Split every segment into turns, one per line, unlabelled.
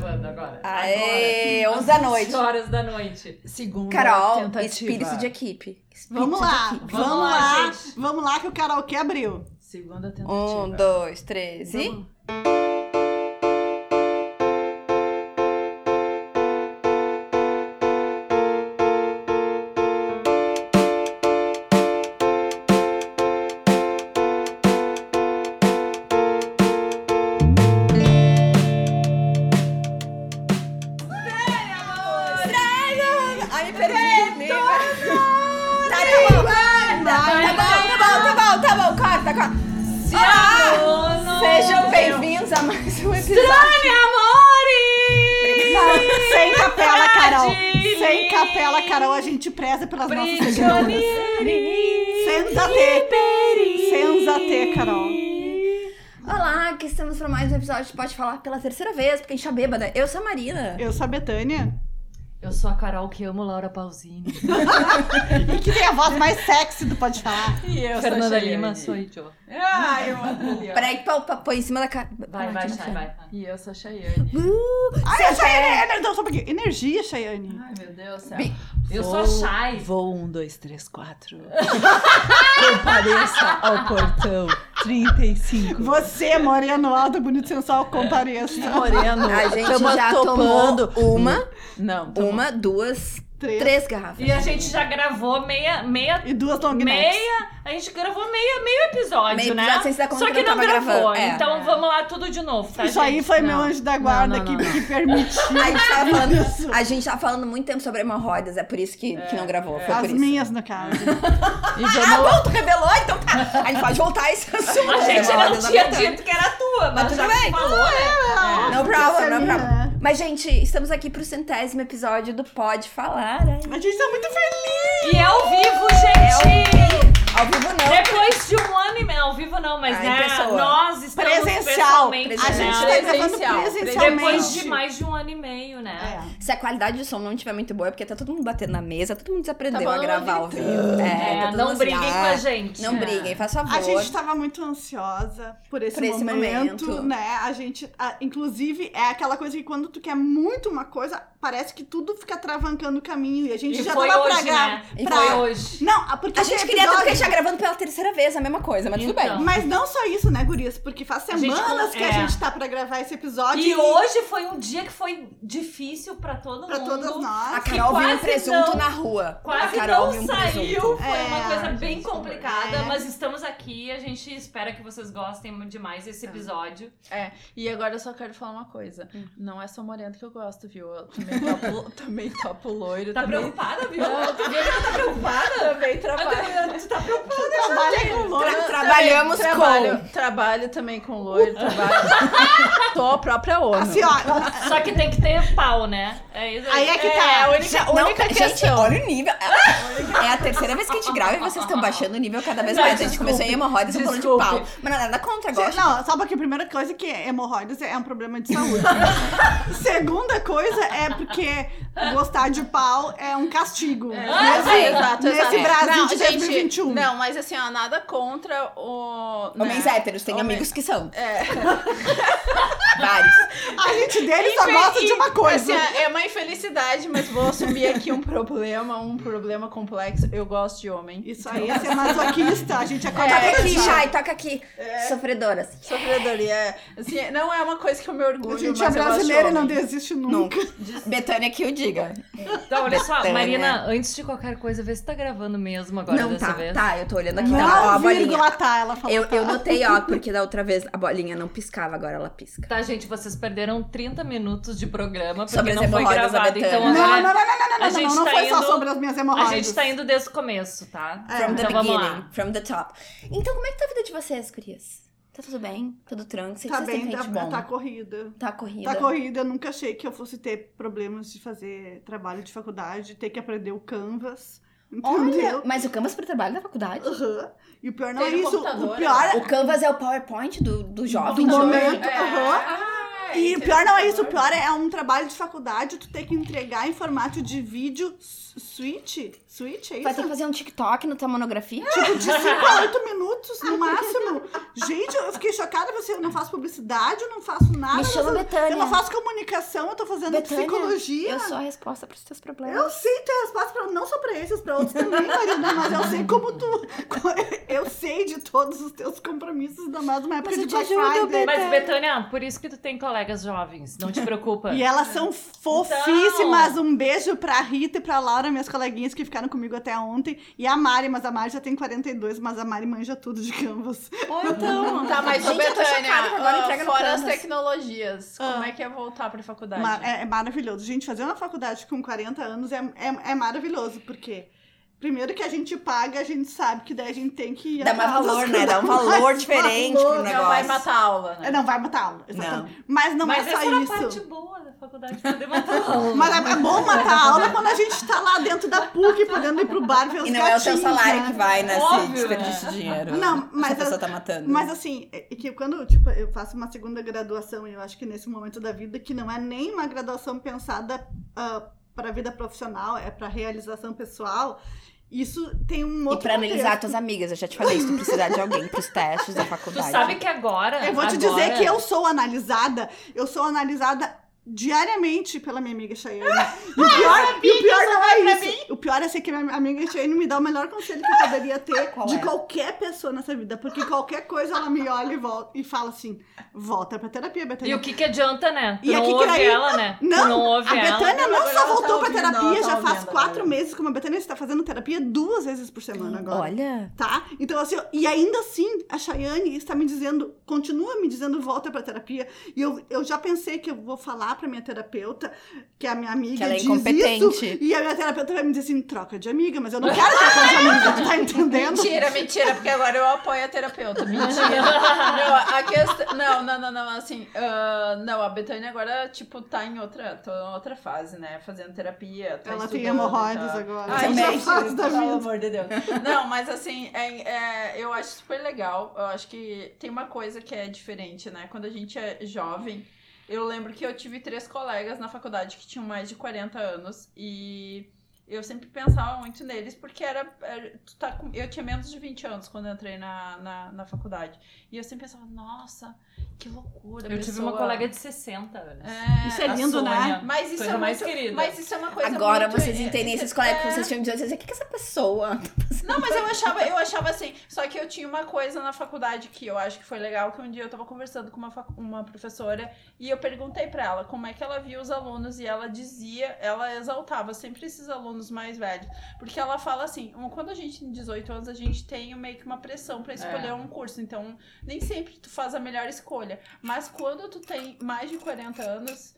falando tá agora.
Aê,
Agora,
11 Ah, é, da
às
noite.
11 horas da noite.
Segunda
Carol,
tentativa.
espírito de equipe. Espírito
Vamos
de
lá,
equipe.
vamos,
Vamos lá,
lá,
gente.
vamos lá que o karaokê abriu.
Segunda tentativa.
Um, dois, três e.
Vamos.
Ai, me perdi. Tá, tá bom, tá bom, tá bom, tá bom, corta, corta.
Olá!
Ah! Sejam bem-vindos a mais um episódio.
amores!
Não, sem capela, Carol.
Verdade.
Sem capela, Carol, a gente preza pelas nossas
é
seguidoras.
Prigionieri!
Senzate. Senzate, Carol.
Olá, que estamos para mais um episódio de Pode Falar pela terceira vez, porque a gente tá bêbada. Eu sou a Marina.
Eu sou a Betânia.
Eu sou a Carol que amo Laura Pausini.
E que tem a voz mais sexy do Pode Falar.
E eu,
Fernanda
Sasha
Lima,
Yane.
sou idiota.
Ah, eu amo Lima.
Peraí, pô, pô, põe em cima da cara.
Vai, vai, Chay, vai.
E eu sou a Chayane.
Ai, Cheyenne, então, só um pouquinho. Energia, Cheyenne.
Ai, meu Deus do céu.
Bi-
Eu sou
Vou-
a Chay.
Vou um, dois, três, quatro. Compareça ao portão 35.
Você, moreno, alto, bonito, sensual, compareça.
Moreno,
A gente
tamo
já
topando.
tomou uma,
Não, tamo-
uma, duas,
Três.
três garrafas.
E a gente já gravou meia, meia,
E duas long necks.
meia. A gente gravou meia, meio episódio,
Meio
né?
episódio sem se dar conta
Só
que
que
não
não
tava
gravou.
gravando, é.
Então vamos lá tudo de novo, tá?
Isso aí
gente?
foi meu
Não.
anjo da guarda
Não, não,
que,
não.
que permitiu.
A gente, tava
Isso.
falando, a gente tava falando muito tempo sobre hemorroidas, é por isso que, que não gravou.
é.
Foi por
As
isso.
minhas, no caso.
E
Ah,
vamos...
bom, tu revelou, então tá. A gente pode voltar a esse assunto.
A gente
Hemorroidas
não tinha
aumentando.
dito que era tua, mas,
Mas tudo
já
bem.
falou, né?
No problem,
Essa
no
é minha.
problem. Mas, gente, estamos aqui pro centésimo episódio do Pode Falar. né? hein?
A gente tá muito feliz.
E é ao vivo, gente!
Ao vivo não.
Depois de um ano e meio, ao vivo não, mas
Ah, em
né,
pessoa.
nós estamos
Presencial.
pessoalmente,
A gente tá
né?
gravando
Presencial.
presencialmente.
Depois de mais de um ano e meio, né?
É.
Se a qualidade do som não estiver muito boa, é porque tá todo mundo batendo na mesa, todo mundo desaprendeu
Tá
a
bom,
gravar ao vivo.
É,
É, tá todo mundo
não
assim,
briguem com
ah,
a gente. tá
Não
É.
briguem, faz favor.
A gente tava muito ansiosa por esse,
Por esse
momento,
momento.
né? A gente, a- inclusive, é aquela coisa que quando tu quer muito uma coisa, parece que tudo fica travancando o caminho. E a gente
E
já
foi
tava pra
hoje,
gra-
né? E
pra-
foi hoje.
Não, ah, porque
A
esse
gente queria tanto que a gente
episódio-
tá gravando pela terceira vez a mesma coisa, mas tudo
Então.
bem.
Mas não só isso, né, gurias? Porque faz
A gente-
semanas que a
é.
gente tá pra gravar esse episódio.
E hoje foi um dia que foi difícil pra todo
Pra
mundo.
todas nós.
A Carol viu um
Assim, quase
presunto
não-
na rua.
Quase
a Carol viu
não
um
saiu,
presunto.
foi
É,
uma coisa
gente,
bem complicada,
é.
mas estamos aqui, a gente espera que vocês gostem demais
É.
desse episódio.
E agora eu só quero falar uma coisa. Não é só moreno que eu gosto, viu? Eu também topo, também topo loiro.
Tá
também...
preocupada, viu?
Não, tu viu que eu tô preocupada? Também trabalho.
Tu tá preocupada?
Trabalha com louro.
Tra- trabalhamos com.
trabalho, Trabalho também com loiro, trabalho. Tô a própria ONU.
Assim, ó,
Só que tem que ter pau, né? É isso
Aí é que tá.
É, a única,
Não,
única
gente,
questão.
olha o nível. É a terceira vez que a gente grava e vocês estão baixando o nível cada vez
Não,
mais. A gente
desculpe,
começou em hemorroidas e falando de
desculpe.
pau. Mas não, é nada contra,
Cê-
gosto.
Não, só porque a primeira coisa é que hemorroidas é um problema de saúde. Segunda coisa é porque gostar de pau é um castigo.
Ah,
Nesse-
sim, exato,
nesse
exato.
Brasil
não,
de
gente,
2021.
Não, mas assim, ó, nada contra o. né?
Homens héteros, tem
Homem-
amigos que são.
É.
Vários.
A gente dele só gosta de uma
Assim,
coisa.
é uma infelicidade, mas vou assumir aqui um problema, um problema complexo. Eu gosto de homem.
Isso aí é ser masoquista. A gente é acorda
Toca
todo
aqui,
dia.
Chay, toca aqui. Sofredoras.
Sofredoria. Assim, não é uma coisa que eu me orgulho,
A gente é
mas
brasileiro e
eu
não
gosto de homem.
desiste nunca.
Betânia que eu diga.
Então, olha só,
Betânia.
Marina, antes de qualquer coisa, vê se tá gravando mesmo agora
não,
dessa
tá,
vez.
tá, eu tô olhando aqui, tá, ó, a
Não,
bolinha.
vírgula tá, ela falou.
Eu, eu notei, ó, porque da outra vez a bolinha não piscava, agora ela pisca.
Tá, gente, vocês perderam 30 minutos de programa porque
Sobre as
não foi
hemorroidas da
gravado.
Betânia.
Então
Não, não, não, não,
agora
não, não,
a
não,
gente
não, não
tá
foi só
indo-
sobre as minhas
a
hemorroidas.
gente tá indo desde o começo, tá?
É.
From the
então vamos lá.
beginning, from the top. Então, como é que tá a vida de vocês, gurias? Tá tudo bem? Tudo tranquilo? Sei que
Tá
vocês
bem,
têm
tá,
cliente bom.
tá corrida.
Tá corrida.
Tá corrida, eu nunca achei que eu fosse ter problemas de fazer trabalho de faculdade, ter que aprender o Canvas. Entendeu?
Olha, mas o Canvas pro trabalho da faculdade?
Aham. E o pior não
Tem
é
no
isso. O
computador, né?
pior é
O Canvas é o PowerPoint do, do jovem
do
de hoje?
momento.
É.
aham.
Ah,
E o pior não é isso, o pior é, é um trabalho de faculdade, tu ter que entregar em formato de vídeo s- switch. Switch, é isso?
Vai ter que fazer um TikTok na tua monografia?
Tipo, de 5 a 8 minutos no máximo. Gente, eu fiquei chocada. Você, eu não faço publicidade, eu não faço nada.
Me chama
mas eu-
Betânia.
Eu não faço comunicação, eu tô fazendo
Betânia,
psicologia.
Eu sou a resposta pros teus problemas.
Eu sei ter resposta pra, não só pra esses, pra outros também, Marina, mas eu sei como tu. Eu sei de todos os teus compromissos, ainda mais numa época
Mas eu
de
te
Black
ajudo,
Friday.
Betânia.
Mas, Betânia, por isso que tu tem colegas jovens. Não te preocupa.
E é, elas são fofíssimas.
Então.
Um beijo pra Rita e pra Laura, minhas coleguinhas que ficaram comigo até ontem. E a Mari, mas a Mari já tem 42, mas a Mari manja tudo de canvas.
então.
Tá, mas ô,
Gente, eu tô
Betânia,
chocada que agora
ah,
entrega no
fora as
Canvas.
tecnologias, como é que é voltar pra faculdade?
Ma- é, é maravilhoso. Gente, fazer uma faculdade com 40 anos é, é, é maravilhoso, porque primeiro que a gente paga, a gente sabe que daí a gente tem que. ir
Dá mais
atrás das
valor, né? Dá um
coisas,
valor
mais
diferente
valor.
pro
Não vai
negócio.
matar a aula,
É,
né?
Não, vai matar aula, exatamente. Mas não
Mas
é
essa
só
era a
isso.
parte boa da faculdade, poder matar a aula.
Mas é é bom matar a aula quando a gente tá lá dentro da PUC, podendo ir pro bar ver os
E não é o seu
gatinhos,
salário
né?
que vai, né?
Óbvio,
se
É
desperdiça dinheiro.
Não,
né?
mas
Essa pessoa
as-
tá matando.
Mas assim, é é que quando tipo, eu faço uma segunda graduação, e eu acho que nesse momento da vida, que não é nem uma graduação pensada para vida profissional, é para realização pessoal, isso tem um
e
outro
pra analisar
contexto.
tuas amigas, eu já te falei, se tu precisar de alguém pros testes da
Tu
faculdade.
sabe que agora.
Eu vou te
agora-
dizer que eu sou analisada, eu sou analisada diariamente pela minha amiga Cheyenne. E o pior, e o pior não é isso. O pior é ser que minha amiga Cheyenne me dá o melhor conselho que eu poderia ter
Qual
de
é?
qualquer pessoa nessa vida. Porque qualquer coisa ela me olha e, volta, e fala assim: volta pra terapia,
E
Betânia.
o que que adianta, né? Tu
E
não
aqui que
ouve
daí-
ela, né? Tu
Não,
não ouve
A
ela.
Betânia não
Agora
só
ela tá
voltou pra
ouvindo, ela
terapia,
tá
já faz
ouvindo
quatro
agora.
meses, como a Betânia está fazendo terapia duas vezes por semana agora.
Olha,
Tá? Então, assim, ó, e ainda assim, a Chayane está me dizendo, continua me dizendo, volta pra terapia. E eu, eu já pensei que eu vou falar pra minha terapeuta, que a minha amiga
Que ela é
diz
incompetente.
isso, e a minha terapeuta vai me dizer assim, troca de amiga, mas eu não quero trocar de amiga, tu tá entendendo?
Mentira, mentira, porque agora eu apoio a terapeuta. Mentira. Não, a questão. Não, não, não, não. Assim, ah, não, a Betânia agora, tipo, tá em outra, tô em outra fase, né? Fazendo terapia. Tá
Ela tem
estudando,
hemorroides
tá-
agora.
Ai,
Já
gente,
faz da
pelo
vida.
amor de Deus. Não, mas assim, é- é, eu acho super legal. Eu acho que tem uma coisa que é diferente, né? Quando a gente é jovem, eu lembro que eu tive três colegas na faculdade que tinham mais de 40 anos e eu sempre pensava muito neles porque era, era- tu tá com- eu tinha menos de 20 anos quando eu entrei na, na, na faculdade. E eu sempre pensava, nossa, que loucura. a
Eu tive uma
pessoa-
colega de 60 anos.
É,
Isso é lindo,
a
né?
Sônia.
mas isso
Coisa
é
mais
muito-
querida.
Mas isso é uma coisa
agora
muito- é,
vocês entendem esses colegas que vocês tinham 18 anos. O que que essa pessoa?
Não, mas eu achava, eu achava assim. Só que eu tinha uma coisa na faculdade que eu acho que foi legal, que um dia eu tava conversando com uma, facu- uma professora e eu perguntei pra ela como é que ela via os alunos e ela dizia, ela exaltava sempre esses alunos mais velhos. Porque ela fala assim, um- quando a gente tem 18 anos, a gente tem meio que uma pressão pra escolher
É.
um curso. Então, nem sempre tu faz a melhor escolha. Mas quando tu tem mais de 40 anos,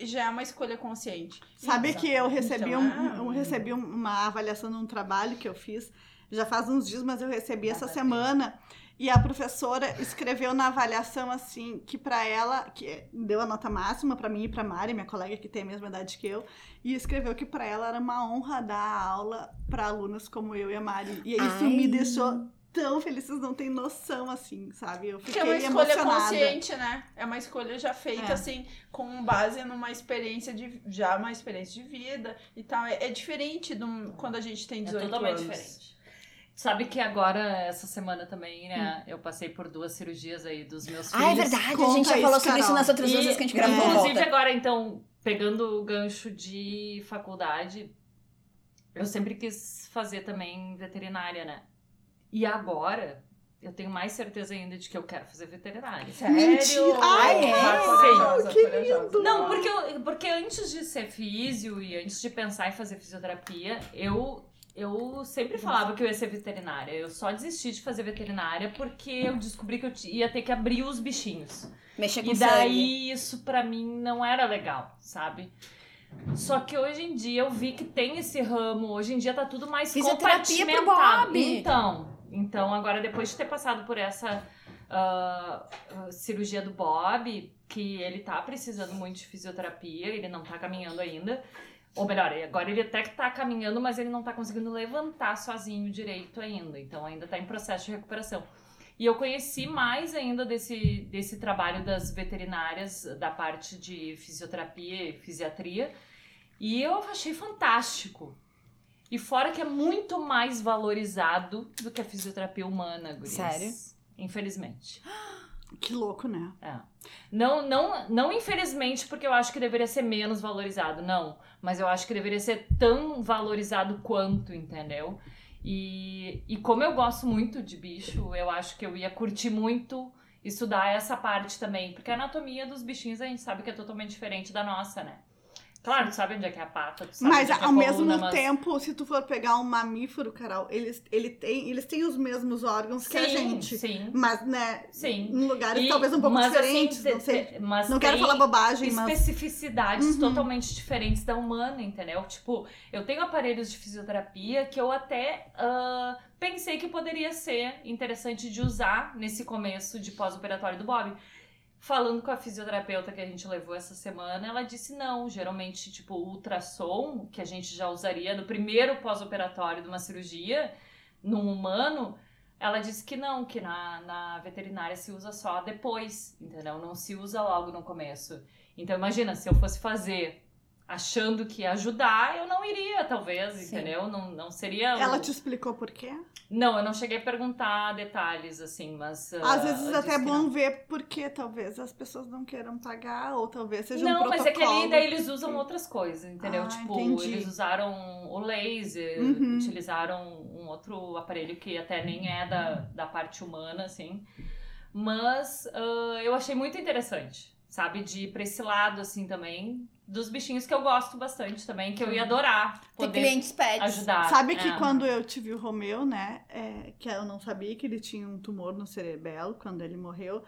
já é uma escolha consciente.
Sabe que eu
Então,
recebi, um-
ah,
um- eu recebi uma avaliação de um trabalho que eu fiz, já faz uns dias, mas eu recebi essa
Nada a ver.
semana. E a professora escreveu na avaliação assim, que pra ela, que deu a nota máxima pra mim e pra Mari, minha colega que tem a mesma idade que eu, e escreveu que pra ela era uma honra dar aula pra alunas como eu e a Mari. E isso
Ai.
me deixou tão feliz, vocês não têm noção assim, sabe? Eu
Porque
fiquei
é uma escolha
emocionada.
consciente, né? É uma escolha já feita,
É.
assim, com base numa experiência de. Já uma experiência de vida e tal. É, é diferente de um- quando a gente tem
É
18
totalmente
anos.
diferente. Sabe que agora, essa semana também, né? Eu passei por duas cirurgias aí dos meus filhos.
Ah, é verdade, a
conta
gente já
isso,
falou sobre isso é.
Carol.
nas outras
E,
vezes que a gente
gravou,
gravou.
Inclusive,
volta.
agora, então, pegando o gancho de faculdade, eu sempre quis fazer também veterinária, né? E agora, eu tenho mais certeza ainda de que eu quero fazer veterinária.
Sério?
Mentira. Ai,
é?
Corajosa,
Sim.
que
corajosa.
Não, porque, eu- porque antes de ser físio e antes de pensar em fazer fisioterapia, eu, eu sempre falava que eu ia ser veterinária. Eu só desisti de fazer veterinária porque eu descobri que eu ti- ia ter que abrir os bichinhos.
Mexer com
E
sangue.
daí isso pra mim não era legal, sabe? Só que hoje em dia eu vi que tem esse ramo, hoje em dia tá tudo mais
Fisioterapia pro
compartimentado.
Bob.
Então, então agora depois de ter passado por essa ah, ah, cirurgia do Bob, que ele tá precisando muito de fisioterapia, ele não tá caminhando ainda. Ou melhor, agora ele até que tá caminhando, mas ele não tá conseguindo levantar sozinho direito ainda. Então ainda tá em processo de recuperação. E eu conheci mais ainda desse, desse trabalho das veterinárias, da parte de fisioterapia e fisiatria. E eu achei fantástico. E fora que é muito mais valorizado do que a fisioterapia humana, gurias.
Sério?
Infelizmente.
Que louco, né?
É. Não, não, não infelizmente, porque eu acho que deveria ser menos valorizado, não. Mas eu acho que deveria ser tão valorizado quanto, entendeu? E, e como eu gosto muito de bicho, eu acho que eu ia curtir muito estudar essa parte também. Porque a anatomia dos bichinhos a gente sabe que é totalmente diferente da nossa, né? Claro, tu sabe onde é que é a pata, tu sabe
Mas
onde é que é a
ao mesmo
coluna, mas-
tempo, se tu for pegar um mamífero, Carol, eles, ele tem, eles têm os mesmos órgãos que a
Sim,
gente.
Sim,
Mas, né,
sim.
em lugares
E-
talvez um pouco
mas, assim,
diferentes,
te-
não sei.
te- mas
Não quero
tem
falar bobagem, mas
especificidades
Uhum.
totalmente diferentes da humana, entendeu? Tipo, eu tenho aparelhos de fisioterapia que eu até ah, pensei que poderia ser interessante de usar nesse começo de pós-operatório do Bob. Falando com a fisioterapeuta que a gente levou essa semana, ela disse não. Geralmente, tipo, o ultrassom, que a gente já usaria no primeiro pós-operatório de uma cirurgia, num humano, ela disse que não, que na, na veterinária se usa só depois, entendeu? Não se usa logo no começo. Então, imagina, se eu fosse fazer achando que ia ajudar, eu não iria, talvez,
Sim.
entendeu? Não, não seria. o-
ela te explicou por quê?
Não, eu não cheguei a perguntar detalhes, assim, mas. ah,
Às vezes
ela
até é
disse que
bom
não.
ver porque talvez as pessoas não queiram pagar, ou talvez seja um
não,
protocolo.
mas é que ali daí eles usam outras coisas, entendeu?
Ah,
tipo,
entendi.
eles usaram o laser,
Uhum.
utilizaram um outro aparelho que até nem é da, da parte humana, assim. Mas ah, eu achei muito interessante, sabe? De ir pra esse lado, assim, também. Dos bichinhos que eu gosto bastante também, que eu ia adorar
Tem
poder
clientes pets.
ajudar.
Sabe que
É.
quando eu tive o Romeu, né? é, que eu não sabia que ele tinha um tumor no cerebelo quando ele morreu.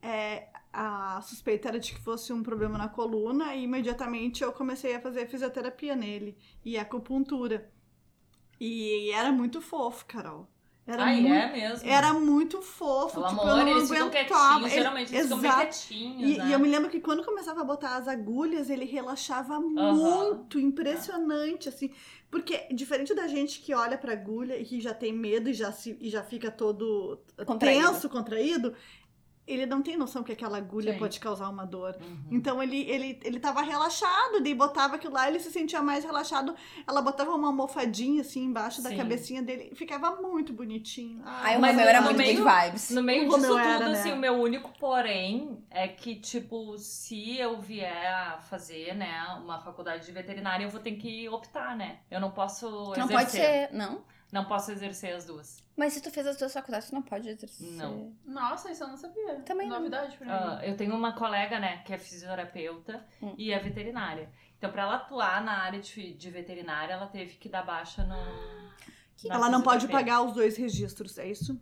é, a suspeita era de que fosse um problema na coluna e imediatamente eu comecei a fazer fisioterapia nele e acupuntura. E era muito fofo, Carol. Era
Ai,
muito,
é mesmo.
era muito fofo,
Pelo
tipo,
amor,
eu não
eles ficam
aguentava.
quietinhos,
Ele-
geralmente eles ficam bem
Exato.
quietinhos,
E,
né?
e eu me lembro que quando começava a botar as agulhas, ele relaxava
Aham.
muito, impressionante, assim. Porque, diferente da gente que olha pra agulha e que já tem medo e já, se, e já fica todo
Contraído.
tenso, contraído, ele não tem noção que aquela agulha
Sim.
pode causar uma dor.
Uhum.
Então ele, ele, ele tava relaxado, daí botava aquilo lá, ele se sentia mais relaxado. Ela botava uma almofadinha assim embaixo da
Sim.
cabecinha dele, ficava muito bonitinho. Ah,
Ai, o
Mas
meu era
no
muito
meio-
good vibes.
No meio
Como
disso
eu
tudo,
era, né?
assim, o meu único porém é que, tipo, se eu vier a fazer, né, uma faculdade de veterinária, eu vou ter que optar, né? Eu não posso
Tu
exercer.
não pode ser, não?
Não posso exercer as duas.
Mas se tu fez as tuas faculdades, tu não pode exercer.
Não.
Nossa, isso eu não sabia.
Também não.
Novidade
Hum.
pra mim.
Ah, eu tenho uma colega, né, que é fisioterapeuta
Hum.
e é veterinária. Então, pra ela atuar na área de, de veterinária, ela teve que dar baixa no. na
Ela não pode
fisioterapia.
pagar os dois registros, é isso?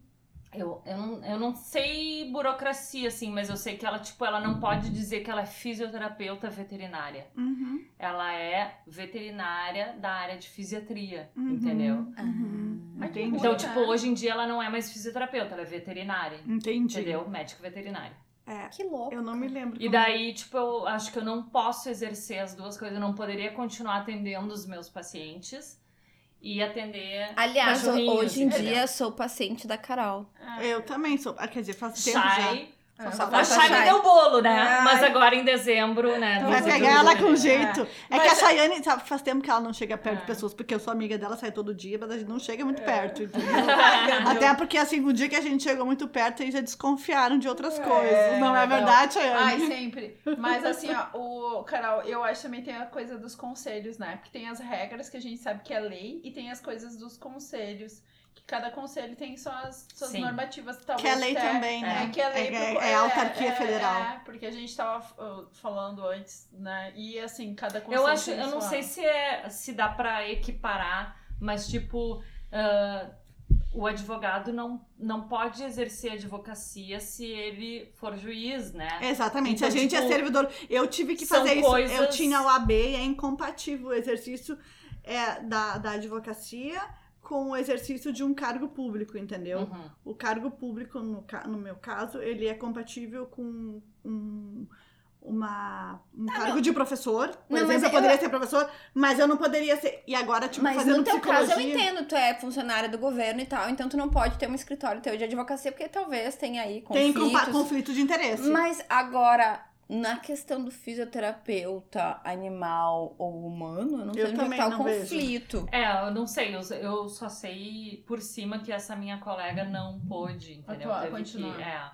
Eu, eu, não, eu não sei burocracia, assim, mas eu sei que ela, tipo, ela não pode dizer que ela é fisioterapeuta veterinária.
Uhum.
ela é veterinária da área de fisiatria,
Uhum.
entendeu?
Uhum.
Ah,
Entendi.
Então,
Olha.
tipo, hoje em dia ela não é mais fisioterapeuta, ela é veterinária,
Entendi.
entendeu? Médico veterinário.
É,
Que louco.
eu não me lembro.
E
como-
daí, tipo, eu acho que eu não posso exercer as duas coisas, eu não poderia continuar atendendo os meus pacientes e atender
Aliás, ho-
Cachorrinhos,
hoje em
entendeu?
dia eu sou paciente da Carol.
Ah.
Eu também sou. ah, Quer dizer, faz tempo já.
Shai.
É,
Só
A
falta
Shai me
Shai.
deu bolo, né?
Ai.
Mas agora em dezembro, né?
Então
no
Vai
Nossa,
pegar ela com
futuro,
jeito. É que
Mas
a
é-
Chayane, sabe, faz tempo que ela não chega perto
É.
de pessoas, porque eu sou amiga dela, sai todo dia, mas a gente não chega muito perto. entendeu?
né?
Até porque, assim, o dia que a gente chegou muito perto, aí já desconfiaram de outras
É,
coisas. Não é
não.
verdade,
Ai,
Chayane?
sempre. Mas assim, ó, o Carol, eu acho que também tem a coisa dos conselhos, né? Porque tem as regras que a gente sabe que é lei e tem as coisas dos conselhos. Que cada conselho tem suas, suas
Sim.
normativas, talvez.
Que é lei
até-
também,
É,
né?
que é lei
É-
pro-
é autarquia federal.
É, porque a gente tava uh, falando antes, né? E assim, cada conselho.
Eu acho,
tem
eu não
sua-
sei se é, se dá pra equiparar, mas tipo, ah, o advogado não, não pode exercer advocacia se ele for juiz, né?
Exatamente,
Então,
a gente é
tipo,
servidor. Eu tive que
são
fazer isso. Eu
coisas-
tinha o AB e é incompatível o exercício é, da, da advocacia com o exercício de um cargo público, entendeu?
Uhum.
O cargo público, no, ca- no meu caso, ele é compatível com um, uma, um cargo de professor. Por
Não, mas
exemplo, eu
eu-
poderia ser professor, mas eu não poderia ser. E agora, tipo,
Mas
fazendo
no teu
psicologia.
caso eu entendo, tu é funcionária do governo e tal, então tu não pode ter um escritório teu de advocacia, porque talvez tenha aí
Tem
conflitos.
compa- conflito assim. de interesse.
Mas agora, na questão do fisioterapeuta animal ou humano, eu não sei
Eu
onde é que
também
tá o
não vejo.
conflito.
É, eu não sei, eu, eu só sei por cima que essa minha colega não pôde, entendeu?
Atuar,
Teve
continuar.
que, é.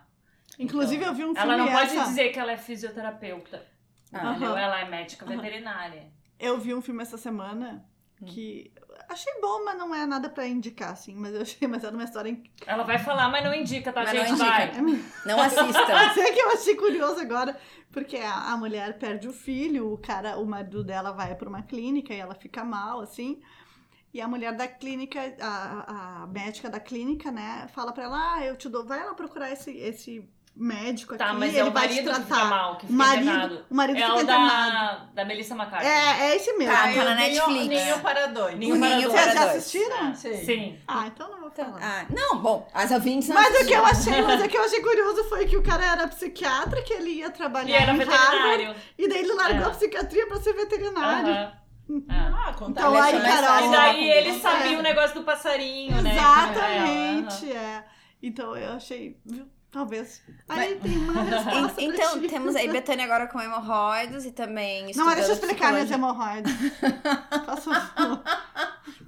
Inclusive, eu vi um filme
Ela não pode
essa-
dizer que ela é fisioterapeuta.
Ah,
entendeu?
Aham.
Ela é médica
Aham.
veterinária.
Eu vi um filme essa semana
Hum.
que achei bom, mas não é nada pra indicar, assim. Mas eu achei, mas era uma história inc-
Ela vai falar, mas não indica, tá,
Mas não
gente?
indica.
Vai.
Não assista.
Sei que eu achei curioso agora, porque a, a mulher perde o filho, o cara, o marido dela vai pra uma clínica e ela fica mal, assim. E a mulher da clínica, a, a médica da clínica, né, fala pra ela: ah, eu te dou, vai lá procurar esse, esse médico
Tá,
aqui,
mas
ele
é o
vai te
marido que fica
tratar.
mal, que
O
fica
marido,
internado.
o marido
É
fica
o
internado.
da, da Melissa McCarthy.
É, é esse mesmo.
Tá,
Aí
tá na
o Ninho-
Netflix.
Ninho para dois.
Ninho
O
para
Ninho
dois.
para
Vocês já
dois.
assistiram?
Sim.
Sim.
Ah, então não vou falar.
Ah, não, bom, as ouvintes não
Mas o que eu
assistiram.
achei, mas o que eu achei curioso foi que o cara era psiquiatra, que ele ia trabalhar
E era
em Harvard,
veterinário.
e daí ele largou
É.
a psiquiatria pra ser veterinário.
Aham. É.
Ah, conta
Então, aí,
Alexandre, mas
Carol.
E daí ele
É.
sabia o negócio do passarinho, né?
Exatamente, é. Então eu achei, viu? Talvez. Aí tem uma resposta. pra
En- Então,
ti.
temos aí Betânia agora com hemorroides e também
Não, mas deixa eu
estudando
explicar né, minhas
psicologia.
hemorroides. Por favor.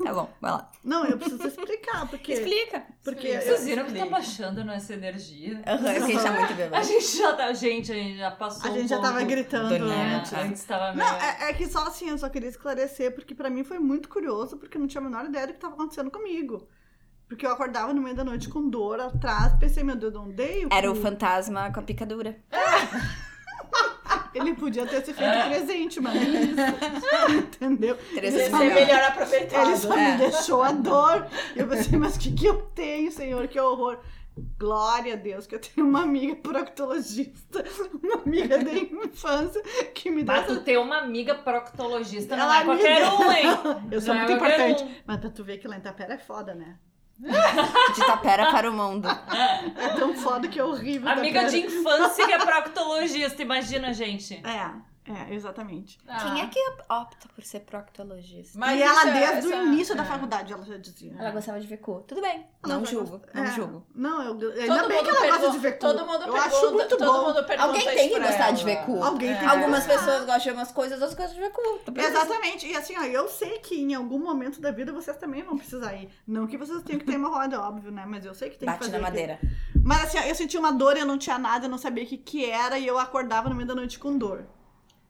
Tá bom, vai lá.
Não, eu preciso explicar, porque.
Explica.
porque
É.
eu-
Vocês viram que tá
Explica.
baixando nossa energia?
Aham, é que a gente tá muito
A
bêbado.
gente já tá. Gente, a gente já passou.
A
um
gente já tava
ponto.
gritando
É,
antes. né?
antes. tava meio.
Não, é, é que só assim, eu só queria esclarecer, porque pra mim foi muito curioso, porque eu não tinha a menor ideia do que tava acontecendo comigo. Porque eu acordava no meio da noite com dor atrás, pensei, meu Deus, não dei.
Era o
cu.
fantasma com a picadura.
Ele podia ter se feito
É.
presente, mas não quis. entendeu?
Interessante.
Esse é melhor aproveitado.
Ele só
É.
me deixou a dor. Eu pensei, mas o que, que eu tenho, senhor? Que horror. Glória a Deus que eu tenho uma amiga proctologista, uma amiga da infância, que me dá
Mas
essa
tu ter uma amiga proctologista não
Ela
é qualquer
me-
um, hein?
Eu sou
Não é
muito
qualquer
importante.
um.
Mas pra tu ver que lá em Tapera é foda, né?
De tapera para o mundo.
É tão foda que é horrível.
um. Amiga
Tapera.
de infância que é proctologista, imagina, gente.
É, é, exatamente.
Quem é que opta por ser proctologista?
Ah. Mas
e ela,
isso é-
desde o
essa-
início da
é.
faculdade, ela já dizia.
Ela gostava de ver cu. Tudo bem. Não
Ah. Ela
julgo,
gosta-
não
é.
julgo.
Não, eu, ainda bem
mundo
que ela gosta
pergunta-
de ver cu.
Todo mundo
Eu
pergunta,
acho muito
todo
bom.
mundo pergunta
Alguém tem
isso
que
pra
gostar
ela.
de ver cu.
Alguém tem que
Algumas
gostar.
pessoas gostam de umas coisas, outras gostam de ver cu. Tá beleza.
Exatamente. E assim, ó, eu sei que em algum momento da vida vocês também vão precisar ir. Não que vocês tenham que ter uma roda, óbvio, né? Mas eu sei que tem que
Bate
fazer.
na
aquilo.
madeira.
Mas assim, ó, eu senti uma dor, eu não tinha nada, eu não sabia o que, que era, e eu acordava no meio da noite com dor.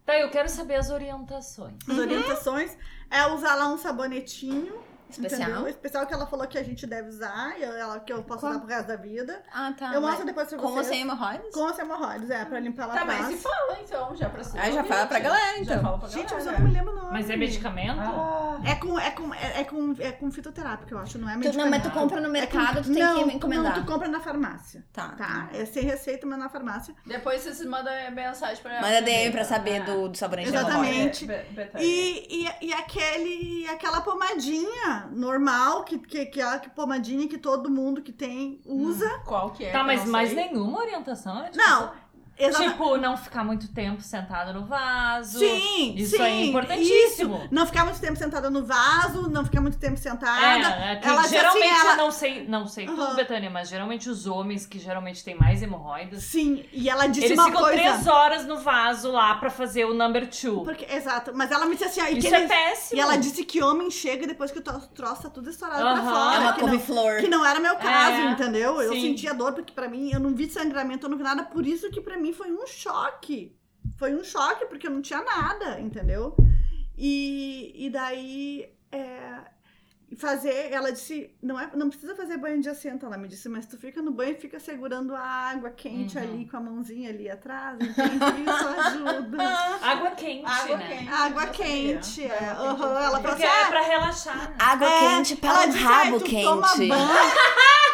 Tá, eu quero saber as orientações.
As orientações é usar lá um sabonetinho.
Especial.
Entendeu? Especial que ela falou que a gente deve usar, e ela, que eu posso
Qual?
usar pro resto da vida.
Ah, tá.
eu
mas
mostro depois pra
Com ou
vocês.
sem hemorroides?
Com os hemorroides, é, pra limpar lá
Tá,
atrás.
mas se fala então, já pra
Ah, já fala pra galera, então.
Já fala pra
Gente, mas eu não
galera.
me lembro o nome.
Mas é medicamento?
Ah,
É com, é com, é, é com, é com fitoterápico, eu acho, não é
Tu,
medicamento.
não, mas tu compra no mercado, tu tem
não,
que encomendar.
Não, tu compra na farmácia,
Tá.
tá? É sem receita, mas na farmácia.
Depois vocês mandam mensagem pra Ah,
Manda DM pra saber do, do sabonete de hemorroida.
Tá. Exatamente.
Be-
Tá, é.
Betânia.
E, e, e aquele, aquela pomadinha normal, que, que, que é a pomadinha que todo mundo que tem usa.
Qual que é?
Tá,
que
mas
eu não
mais
sei?
nenhuma orientação?
Hum.
é, tipo,
Não, exatamente.
Tipo, não ficar muito tempo sentado no vaso.
Sim,
Isso
sim,
é importantíssimo.
isso. Não ficar muito tempo sentada no vaso, não ficar muito tempo sentada.
É, é que
Ela diz
geralmente,
assim, ela-
não sei, não sei tu,
Aham.
Betânia, mas geralmente os homens que geralmente têm mais hemorroidas,
Sim, e ela disse
É. eles
uma
ficam
coisa.
três horas no vaso lá pra fazer o number two.
Porque, exato, mas ela me disse assim, ó, e, que
Isso é
eles-
péssimo.
e ela disse que homem chega depois que o tro- troço tá tudo estourado pra
Aham.
fora.
É uma
que, não,
couve-flor.
que não era meu caso,
É,
entendeu? Eu
sim.
sentia dor, porque pra mim eu não vi sangramento, eu não vi nada. Por isso que pra mim foi um choque. Foi um choque, porque eu não tinha nada, entendeu? E, e daí. é, fazer, ela disse, não, é, não precisa fazer banho de assento, ela me disse, mas tu fica no banho e fica segurando a água quente
Uhum.
ali com a mãozinha ali atrás, entende? Isso ajuda.
Água quente,
Água
né?
quente.
Água
eu
quente,
sabia.
é.
Água
Aham,
quente, eu
ela assim, "Ah, passou-
sabia.
Porque é pra relaxar.
Água
É,
quente para um
disse, "Ai,
rabo
tu toma
quente.
banho.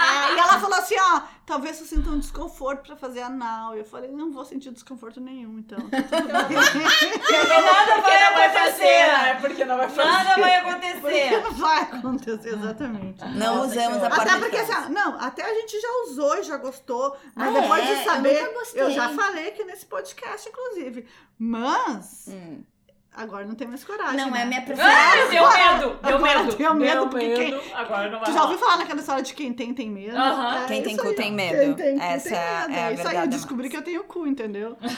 É, e ela falou assim, ó, talvez eu sinta um desconforto pra fazer anal. E eu falei, não vou sentir desconforto nenhum, então. tá tudo bem."
Nada
Porque
vai
não vai fazer,
acontecer.
né? Porque não vai fazer.
Nada vai
Porque
acontecer.
Vai acontecer, exatamente.
Não usamos a parte
Até
de
porque,
trás.
assim, ah, não, até a gente já usou e já gostou, mas
Ah,
depois
é?
de
Eu
saber,
nunca gostei.
eu, já falei aqui nesse podcast, inclusive. Mas,
Hum.
agora não tem mais coragem.
Não,
né?
é a minha preferência.
Ah, deu medo, deu
Agora
medo.
deu medo, porque quem-
medo, Agora não vai
Tu já
rolar.
ouviu falar naquela história de quem tem, tem medo? É
Aham.
Quem tem
isso
cu
aí,
tem
ó.
medo.
Quem tem cu
Essa
tem medo.
é a
isso aí, eu
verdade,
descobri
Max.
que eu tenho cu, entendeu?
E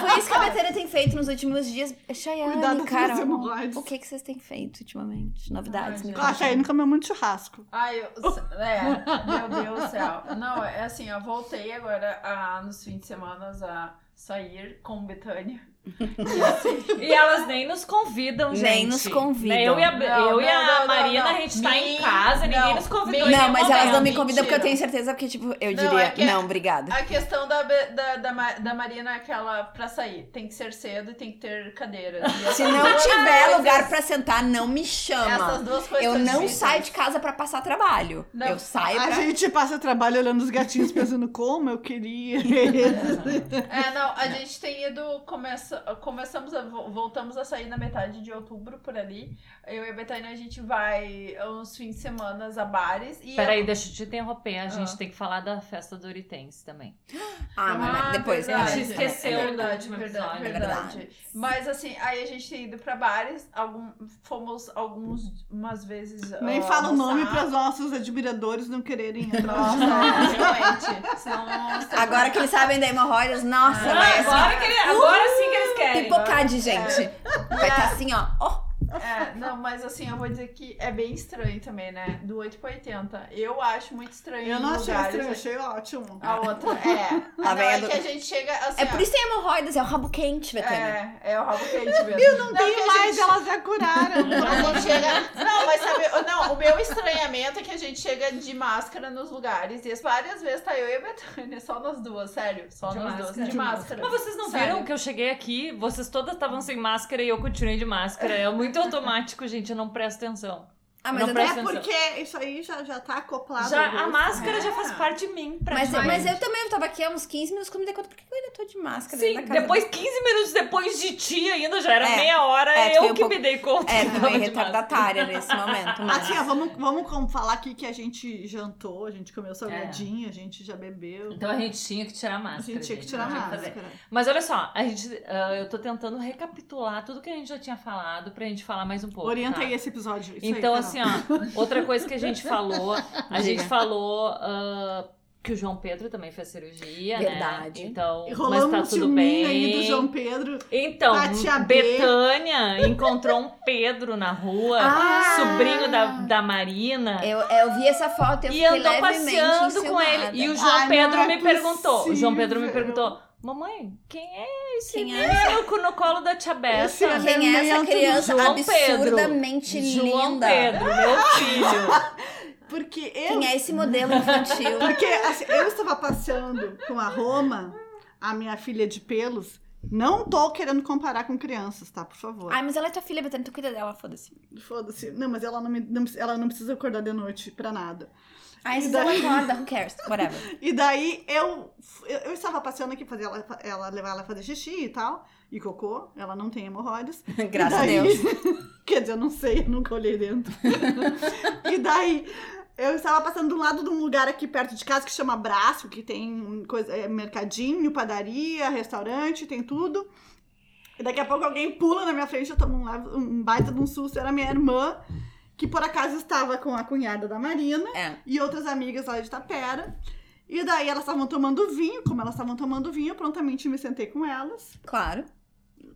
foi isso que a Betânia tem feito nos últimos dias.
Cuidado
Chayane,
com
cara,
as hemorroides.
o que, que vocês têm feito ultimamente? Novidades?
Ai,
me
gente.
Ah, a
conta.
Chayane comeu muito churrasco.
Ai, eu, é, meu Deus do céu. Não, é assim, eu voltei agora a, nos fins de semana a sair com Betânia. E assim,
E elas nem nos convidam,
Nem
gente.
nos convidam.
Eu e a,
Não,
eu e a
não, não, não,
Marina, a
não.
gente tá em
Me-
casa, ninguém
não.
nos convidou.
Me-
em
Não,
nenhum
mas elas não me
momento.
convidam porque eu
Mentira.
tenho certeza que, tipo, eu
Não,
diria,
é que-
não, obrigada.
a questão da, Be- da, da, Ma- da Marina é aquela pra sair. Tem que ser cedo e tem que ter cadeiras. E essas
Se não
duas
tiver
coisas-
lugar pra sentar, não me chama.
Essas duas coisas
Eu
são
não
difíceis.
saio de casa pra passar trabalho.
Não.
Eu saio
A
pra...
gente passa trabalho olhando os gatinhos, pensando como eu queria.
É, não, a gente tem ido. Começa, começamos a. vo- Voltamos a sair na metade de outubro por ali. Eu e a Betânia, a gente vai uns fins de semana a bares. E é
Peraí, deixa eu te interromper. A gente
Ah.
tem que falar da festa do Oritense também.
Ah, mas mas depois.
verdade.
é,
A gente esqueceu né?
é,
do
É verdade,
último
verdade,
episódio.
verdade.
Verdade.
Mas assim, aí a gente tem ido pra bares, algum, fomos algumas vezes.
Nem
ah,
fala o nome
almoçar.
para os nossos admiradores não quererem entrar.
Nossa, realmente. Senão,
Agora que eles sabem da hemorroidas, nossa,
Ah,
vai assim,
agora, é. que ele- agora sim que eles querem.
pipocar de gente. Vai estar assim, ó. ó.
É, não, mas assim, eu vou dizer que é bem estranho também, né? Do 8 pra 80. Eu acho muito estranho.
Eu não
em
achei
lugares, assim,
estranho,
assim.
achei ótimo.
Ah,
A outra. É.
A
não,
velha
é
do-
que a gente chega assim.
É por
ó,
isso que tem hemorroidas, é o rabo quente, Betânia.
É, é o rabo quente mesmo. Eu
É
não, que
Tem
a
mais,
gente-
elas já curaram. É
a gente chega... Não, mas sabe, não, o meu estranhamento é que a gente chega de máscara nos lugares. E várias vezes tá eu e a Betânia, só nós duas, sério. Só
De
nós
máscara.
duas, de máscara.
Mas vocês não
Sério.
viram que eu cheguei aqui, vocês todas estavam sem máscara e eu continuei de máscara. É muito automático, gente, eu não presto atenção.
Ah, mas
Não
eu
presta
É porque isso aí já, já tá acoplado.
Já,
ao
a
gosto.
máscara
é.
já faz parte de mim,
Mas, é-
praticamente.
mas eu também eu tava aqui há uns 15 minutos que eu me dei conta, por que eu ainda tô de máscara?
Sim,
dentro da casa?
depois, 15 minutos depois de ti ainda, já era
É.
meia hora,
É, tu
eu que
veio
tipo,
um pouco-
me dei conta.
É,
que
tu
tava
meio
de máscara.
retardatária nesse momento, mas...
Assim, ó, vamos, vamos com- falar aqui que a gente jantou, a gente
É.
comeu salgadinho, a gente já bebeu.
Então a gente tinha que tirar a
A
máscara.
gente tinha que
gente,
tirar a
não fazer.
máscara.
Mas olha só, a gente, ah, eu tô tentando recapitular tudo que a gente já tinha falado pra gente falar mais um pouco.
Orienta
tá?
aí esse episódio. Isso
Então, assim, ó,
aí,
outra coisa que a gente falou, a gente falou ah, que o João Pedro também fez cirurgia,
Verdade.
né? Então,
Rolou
mas
um
tá tudo bem.
ciúminho aí do João Pedro.
Então,
A tia B.
Betânia encontrou um Pedro na rua,
Ah!
sobrinho da, da Marina.
É,
Eu, eu vi essa foto eu
E
fiquei
andou
levemente
passeando com
enciumada.
ele. E o João
Ai, não
Pedro
é
me perguntou. O João Pedro me
possível.
perguntou: Mamãe, quem é esse
Quem é
menino no colo da tia
Esse
Bessa?
Quem é essa
Elemento do
criança
João
absurdamente
João
linda?
Pedro, meu filho.
Porque eu
Quem é esse modelo infantil?
Porque assim, eu estava passeando com a Roma, a minha filha de pelos. Não tô querendo comparar com crianças, tá? Por favor.
Ai, mas ela é tua filha, Betânia, tu cuida dela, foda-se.
Foda-se. Não, mas ela não, me- não- ela não precisa acordar de noite pra nada.
Ai,
E
se ela
daí-
acorda, who cares? Whatever.
E daí eu, eu, eu estava passeando aqui, fazer ela, ela, levar ela a fazer xixi e tal. E cocô, ela não tem hemorroides.
Graças a
E daí-
Deus.
Quer dizer, eu não sei, eu nunca olhei dentro. e daí, eu estava passando do lado de um lugar aqui perto de casa que chama Braço, que tem coisa, é, mercadinho, padaria, restaurante, tem tudo. E daqui a pouco alguém pula na minha frente, eu tomo um, leve- um baita de um susto. Era minha irmã, que por acaso estava com a cunhada da Marina
É.
e outras amigas lá de Tapera. E daí elas estavam tomando vinho, como elas estavam tomando vinho, eu prontamente me sentei com elas.
Claro.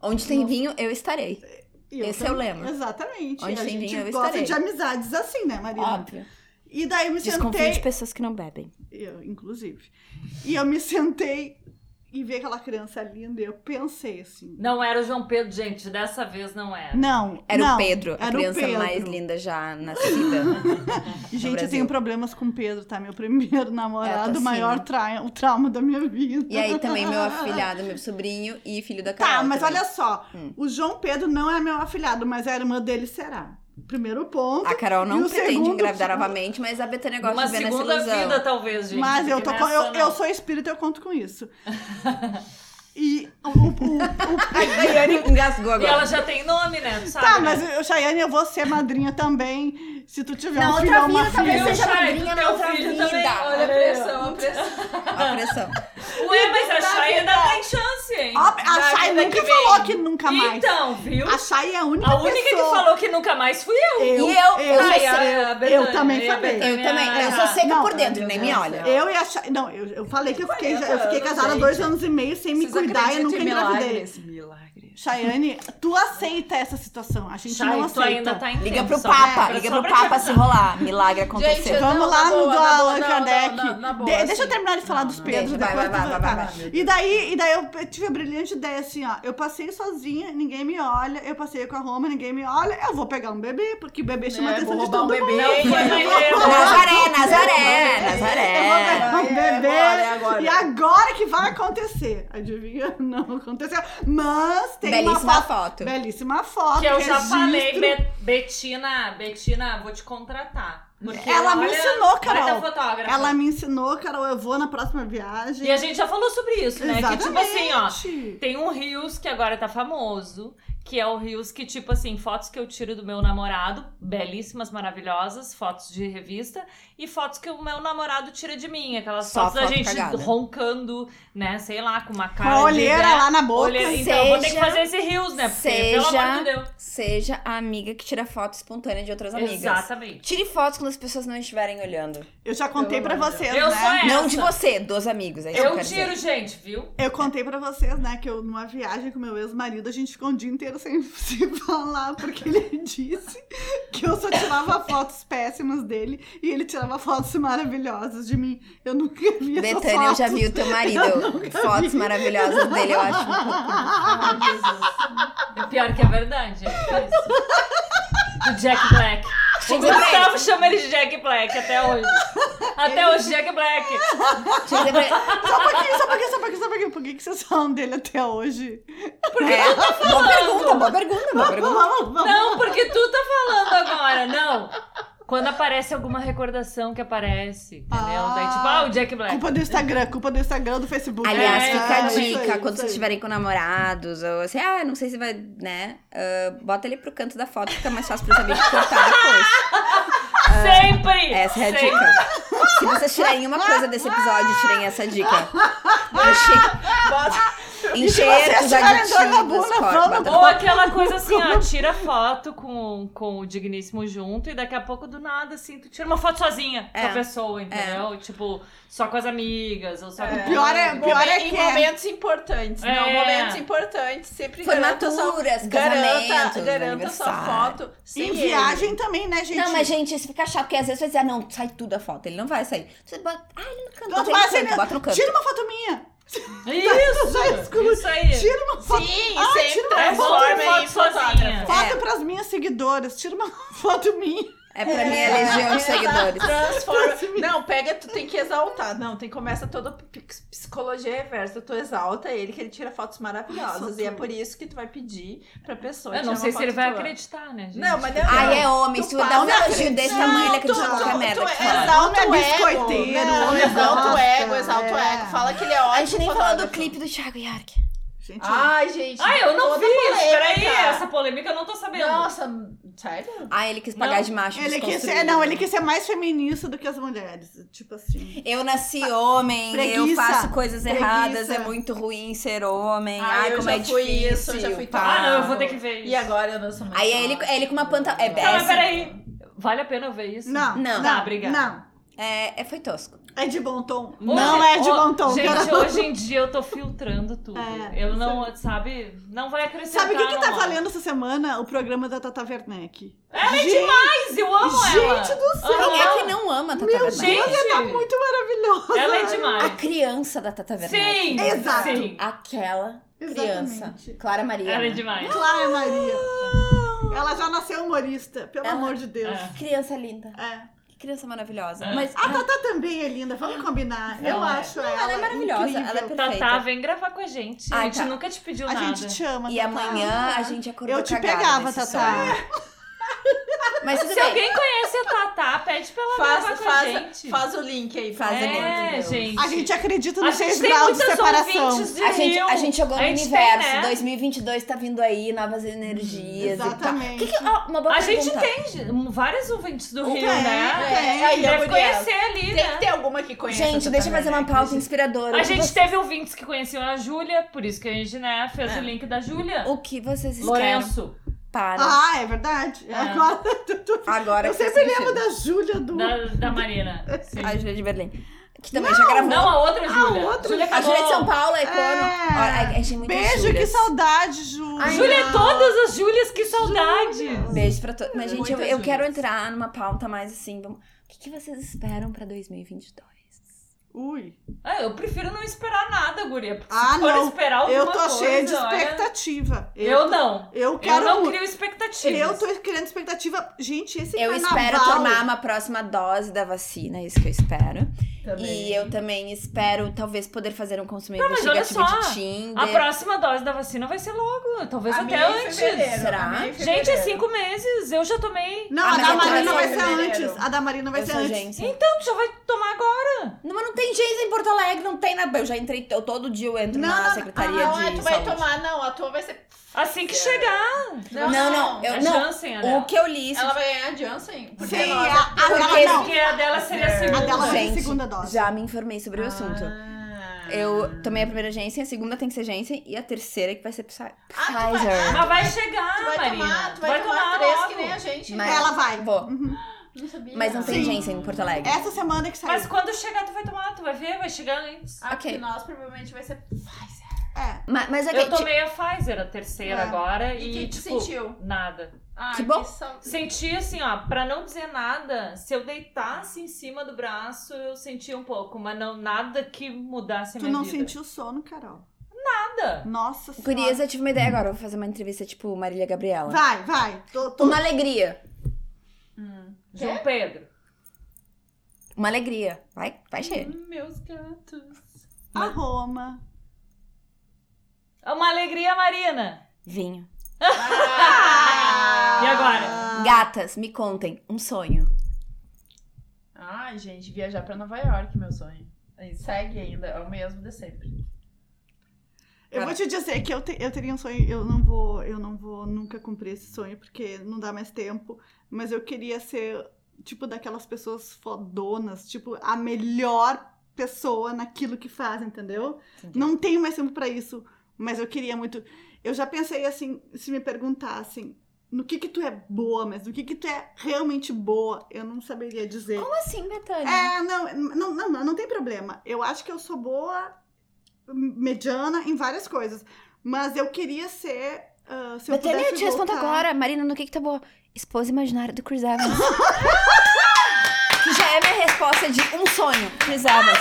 Onde tem vinho, eu estarei.
E eu
Esse é o
também-
lema.
Exatamente.
Onde
E a
tem
gente
vinho, eu
gosta
estarei.
de amizades assim, né, Marina?
Óbvio.
E daí eu me
Desconfio de
sentei,
pessoas que não bebem.
eu, inclusive. E eu me sentei e vi aquela criança linda e eu pensei assim.
Não era o João Pedro, gente, dessa vez não era.
Não,
Era
não,
o Pedro, a
era o
criança
Pedro.
mais linda já nascida.
Gente, eu
Brasil.
tenho problemas com o Pedro, tá? Meu primeiro
É,
namorado,
tá
o maior tra- o trauma da minha vida.
e aí também meu afilhado, meu sobrinho e filho da Carol.
Tá, mas
também.
olha só.
Hum.
O João Pedro não é meu afilhado, mas a irmã dele será. Primeiro ponto.
A Carol
E
não
o
pretende
segundo-
engravidar novamente, mas a Betânia gosta
Uma
de ver nessa
segunda
ilusão.
vida, talvez, gente.
Mas eu, tô
porque
com-
nessa
eu,
não.
eu sou espírita, eu conto com isso. E o, o, o-
A Daiane engasgou
E
agora.
ela já tem nome, né? Tu sabe, né?
Tá, mas eu, Chayane, eu vou ser madrinha também. Se tu tiver
Na
um
outra
filho ou uma
vida talvez
E
filha.
o
seja
Chay,
madrinha
do
na
teu
outra
filho
vida.
também.
Olha a pressão, a pressão.
A pressão.
Ué, mas a Chay ainda tem chance, hein?
Ó, a
Da
Chay
vida
nunca
que vem.
falou que nunca mais.
Então, viu?
A Chay é a única
A única que
pessoa-
falou que nunca mais fui eu.
Eu,
E eu-
eu,
Ai,
eu,
a- a Betânia,
também
e a
falei.
Betânia-
Eu também. Eu sou seca
Não,
é
É,
por dentro,
meu
nem
Deus
me
do
olha.
céu.
e a Chay... Não, eu, eu falei que eu fiquei, eu
40
fiquei
anos,
casada há
gente.
dois anos e meio sem me
Vocês
cuidar e
acreditam
nunca
em
engravidei.
milagres? Milagres.
Chayane, tu aceita essa situação. A gente
Chay,
não
tu
aceita.
ainda tá em
Liga
tempo,
pro
só
Papa,
pra-
liga
só
pro
pra te
Papa se rolar. Milagre
Gente, eu-
aconteceu.
Vamos
Não,
lá
na
no
boa,
do
na
Allan
boa, não,
Kardec.
não, na- na boa,
De- deixa eu
assim.
terminar de falar dos
não.
Pedros.
Deixa, vai,
depois
vai,
tu
vai, vai, vai.
E daí, e daí eu tive a brilhante ideia assim, ó. Eu passei sozinha, ninguém me olha. Eu passei com a Roma, ninguém me olha. Eu vou pegar um bebê, porque o bebê chama a
É,
atenção
vou
de
roubar
todo mundo.
um bebê.
Não, foi mais eu.
Nazaré, Nazaré,
Eu
Nazaré.
vou pegar um
É,
bebê.
agora, é agora.
E agora que vai acontecer. Adivinha? Não aconteceu. Mas tem uma
Belíssima
foto.
foto.
Belíssima foto.
Que eu já
registro.
falei, Be- Betina, Betina, vou te contratar. Porque
Ela me ensinou,
olha
Carol.
teu fotógrafo.
Ela me ensinou, Carol. Eu vou na próxima viagem.
é
E a gente já falou sobre isso, né? Que tipo assim, ó,
Exatamente.
Tem um Rios que agora tá famoso, que é o Rios que, tipo assim, fotos que eu tiro do meu namorado, belíssimas, maravilhosas, fotos de revista, e fotos que o meu namorado tira de mim, aquelas
Só
fotos da
foto
gente
cagada.
roncando, né, sei lá, com uma
Com
cara.
a olheira
de, né,
lá na boca.
olheira. Então, eu vou ter que
Seja-
fazer esse Rios, né? Porque, pelo
seja
amor de Deus.
Seja a amiga que tira foto espontânea de outras amigas.
Exatamente.
Tire fotos quando as pessoas não estiverem olhando.
Eu já contei pra vocês,
Eu
né?
sou essa.
Não de você, dos amigos. É isso que eu
Eu
quero
tiro,
dizer.
gente, viu?
Eu contei pra vocês, né, que eu, numa viagem com meu ex-marido, a gente ficou um dia inteiro sem se falar, porque ele disse que eu só tirava fotos péssimas dele e ele tirava fotos maravilhosas de mim. Eu nunca vi essa
Betânia, eu já vi o teu marido.
Eu nunca
Fotos
vi.
maravilhosas dele, eu acho.
Ai, Jesus. É pior que é verdade, gente. é isso. Do Jack Black. O Gustavo chama ele de Jack Black até hoje. Até hoje, Jack Black.
Deixa eu dizer pra ele.
Só um pouquinho, só um pouquinho, só um pouquinho, só um pouquinho. Por que, que vocês falam dele até hoje?
É, boa pergunta, boa pergunta, boa pergunta.
Não, porque tu tá falando agora, não. Quando aparece alguma recordação que aparece, entendeu? Daí tipo, ah, o Jack Black.
Culpa do Instagram, culpa do Instagram, do Facebook.
Aliás,
É,
fica a
isso aí,
dica, quando vocês
vocês
estiverem com namorados, ou assim, ah, não sei se vai, né? ah, bota ele pro canto da foto, fica mais fácil pra saber de cortar depois.
Sempre!
Essa é a
sempre.
dica. Se vocês tirarem uma coisa desse episódio, tirem essa dica. Encher,
Bota-
encher os
tirarem dor na
aditivos,
bunda, vamos-
corda.
Ou aquela coisa assim, ó, tira foto com, com o digníssimo junto e daqui a pouco, do nada, assim, tu tira uma foto sozinha
É.
com a pessoa, entendeu? Tipo, só com as amigas, ou só com...
É.
o
Pior é- pior é
em
que é.
momentos importantes. Não,
É.
momentos importantes. Sempre garanta sua-
Formaturas,
Garanta,
casamentos, é
garanta sua
aniversário.
foto. Sem
Em
ele.
viagem também, né, gente?
Não, mas gente, isso fica chato, porque às vezes vai dizer, ah, não, sai tudo a foto. Ele não vai sair. Você bota, ah, ele no canto,
Então,
bota
tu
ele
vai
no
assim,
canto, bota no canto.
Tira uma foto minha.
Tá Isso! Isso aí!
Tira uma foto.
Sim,
Ah, tira
sempre
uma
é foto,
transforma em
foto sozinha.
fotógrafo.
Foto pras minhas seguidoras. Tira uma foto minha.
É pra mim a legião de seguidores.
Transforma. Não, pega, tu tem que exaltar. Não, tem começa toda p- psicologia reversa. Tu exalta ele, que ele tira fotos maravilhosas. E é por isso que tu vai pedir pra pessoa.
Eu não
tirar
sei
uma
se ele
foto
vai
tua.
acreditar, né, gente?
Não, mas não.
Ai, é homem,
Tu
se tu dá um
passa-
elogio desse
Não,
tamanho, ele
tu-
acredita em qualquer
tu-
merda.
tu
que fala.
Exalta
Homem
o
é
ego.
biscoiteiro,
Não,
homem
Exalta o
gosta,
ego, exalta o
é.
ego. Fala que ele é ótimo.
A gente nem falou do
fotógrafo.
clipe do Thiago Yark.
Gente,
Ai, gente.
Ah, eu não
toda
vi isso! Peraí,
polêmica.
essa polêmica eu não tô sabendo.
Nossa, sério?
Ah, ele quis pagar
Não,
de macho.
ele quis ser,
desconstruído.
não, ele quis ser mais feminista do que as mulheres. Tipo assim.
Eu nasci homem, eu
Preguiça,
faço coisas
preguiça.
erradas, é muito ruim ser homem.
Ah,
Ai,
eu
como
já
é
fui
difícil.
isso, eu já fui
pá.
Ah, não, eu vou ter que ver isso.
E agora eu não sou mais.
Aí é ele, é ele com uma pantalona. É,
Tá, mas
péssimo.
peraí. Vale a pena eu ver isso?
Não,
Não.
não,
Tá, obrigada.
Não,
é, é, foi tosco.
é de bom tom.
Hoje-
não é de
ho-
bom tom.
Gente,
cara.
hoje em dia eu tô filtrando tudo.
É,
eu não, sabe, não vai acrescentar.
Sabe o que, que tá
não.
valendo essa semana? O programa da Tata Werneck.
Ela é
Gente,
demais, eu amo ela.
Gente do céu.
Quem é
Aham.
que não ama a Tata
Meu
Werneck?
Gente,
Ela tá muito maravilhosa.
ela é
A
demais.
criança da Tata Werneck.
Sim,
é Exato.
sim.
Aquela criança.
Exatamente.
Clara Maria.
Ela é
né?
demais.
Clara Maria. Ela já nasceu humorista, pelo
Ela-
amor de Deus.
É.
Criança linda.
É.
Que criança maravilhosa.
É.
Mas
A Tata também é linda, vamos combinar. Eu
Não, é.
acho ela.
ela é maravilhosa,
incrível.
ela é perfeita.
Tatá, vem gravar com a gente.
Ai,
a gente
tá.
nunca te pediu
A
nada.
gente te ama,
E
Tatá.
amanhã a gente acordou
Eu te
cagada
pegava,
desse
Tatá.
sonho.
Mas tudo
Se
bem.
alguém conhece a Tatá, pede pra ela gravar
Faz,
com a
faz,
gente.
faz o link aí.
Faz o
é.
link.
é,
entendeu?
gente.
A gente acredita
A
nos
gente
seis
tem
graus de
muitas
separação.
ouvintes de
A gente,
Rio.
a gente jogou no
A gente tem,
universo.
né? Hum,
2022 tá vindo aí, novas energias. e tal.
Exatamente.
Tá. Que que- ó, uma boa
A gente
pergunta.
tem ge- vários ouvintes do Rio,
Tem,
né?
tem.
É,
É,
aí,
Deve
Gabriela.
conhecer ali,
Tem
né?
que ter alguma que conheça.
Gente, deixa eu fazer uma pausa inspiradora.
A
O que
gente
você-
teve ouvintes que conheciam a Júlia, por isso que a gente, né, fez
É.
o link da Júlia.
O que vocês esperam
Lourenço.
para
Ah, é verdade. Agora tu, tu-
agora?
eu
que
sempre
vocês
lembro da Júlia do.
Da, da Marina.
Tá
Sim.
A Júlia de Berlim. Que também já gravou.
Não, a outra Júlia.
outra.
Júlia
a Júlia de São Paulo é corno.
É.
Olha, a gente tem muitas
Beijo, que
Júlias.
saudade, Júlia.
Júlia, é todas as Júlias, que saudade!
Beijo pra todos. Mas, gente, eu,
Muitas
eu quero
Júlias.
entrar numa pauta mais assim. Vamos... O que, que vocês esperam pra 2022?
Ui.
Ah, eu prefiro não esperar nada, guria. Porque
Ah,
se for
não.
esperar alguma
Eu tô
coisa,
cheia de
olha,
expectativa.
Eu não.
Eu
Eu
quero.
não crio expectativas.
eu tô criando expectativa. Gente, esse
Eu
carnaval...
espero tomar uma próxima dose da vacina, é isso que eu espero. E eu também espero, talvez, poder fazer um consumo
mas olha
investigativo
só,
de Tinder.
A próxima dose da vacina vai ser logo. Talvez até
é
antes.
será?
Gente, é cinco meses. Eu já tomei.
Não,
Ah,
a
mas
da
eu tô
Marina vai ser
pensando em fevereiro.
antes. A da Marina vai
Eu
ser
sou
antes.
agência.
Então, tu já vai tomar agora.
Não, mas não tem gente em Porto Alegre, não tem na. Eu já entrei, eu, todo dia eu entro
Não,
na
não,
Secretaria
Não, é,
de
tu vai
Saúde.
tomar, não. A tua vai ser.
Assim que
É.
chegar.
Não, não, eu-
é
não.
Janssen, a
né?
dela.
O que eu li.
Ela vai ganhar a Janssen. Porque
Sim,
nós-
é, a, a
Porque-
dela não.
Porque a é dela seria
É.
a segunda.
A dela vai ser
Gente,
segunda dose.
Já me informei sobre o assunto.
Ah.
Eu tomei a primeira agência, a segunda tem que ser agência e a terceira é que vai ser Pfizer.
tu Ah, vai-
Pfizer.
Mas vai Ah. chegar,
Tu vai
Marina.
tomar, tu vai, tomar, três que nem a gente. né?
Mas-
Ela vai.
Vou.
Não sabia.
Mas não tem
Sim.
agência em Porto Alegre.
Essa semana que saiu.
Mas quando chegar, tu vai tomar, tu vai ver, vai chegar antes.
Ah, porque
Ok.
nós provavelmente vai ser Pfizer.
É.
Ma- Mas, é que
Eu tomei a Pfizer, a terceira
É.
agora,
E
e,
que tu
tipo,
sentiu?
nada.
Ah,
Que bom.
sal-
Senti assim, ó, pra não dizer nada, se eu deitasse em cima do braço, eu sentia um pouco, mas não nada que
é
mudasse a
Tu
minha
não
vida.
sentiu sono, Carol?
nada.
Nossa
ti-
senhora.
Gurias, tipo, eu tive uma ideia agora. Eu vou fazer uma entrevista tipo Marília Gabriela.
Vai, vai. Tô, tô...
Uma alegria.
João Pedro.
Uma alegria. Vai, vai
Uhum.
cheio.
Hum,
Meus gatos.
A Roma.
É Uma alegria, Marina.
Vinho. Ah!
E agora?
Gatas, me contem. Um sonho.
Ai, gente, viajar pra Nova York, meu sonho. Aí Segue ainda, é o mesmo de sempre.
Eu vou te dizer que eu, te- eu teria um sonho, eu não vou, eu não vou nunca cumprir esse sonho porque não dá mais tempo, mas eu queria ser tipo daquelas pessoas fodonas, tipo a melhor pessoa naquilo que faz, entendeu?
Entendi.
Não tenho mais tempo pra isso, mas eu queria muito. Eu já pensei assim, se me perguntassem no que que tu é boa, mas no que que tu é realmente boa, eu não saberia dizer.
Como assim, Betânia?
É, não, não, não, não, não tem problema. Eu acho que eu sou boa, hum, mediana em várias coisas. Mas eu queria ser. ah, se eu
Betânia, eu
pudesse
te respondo
voltar-
agora. Marina, no que que tá boa? Esposa imaginária do Chris Evans. que já é minha resposta de um sonho. Chris Evans.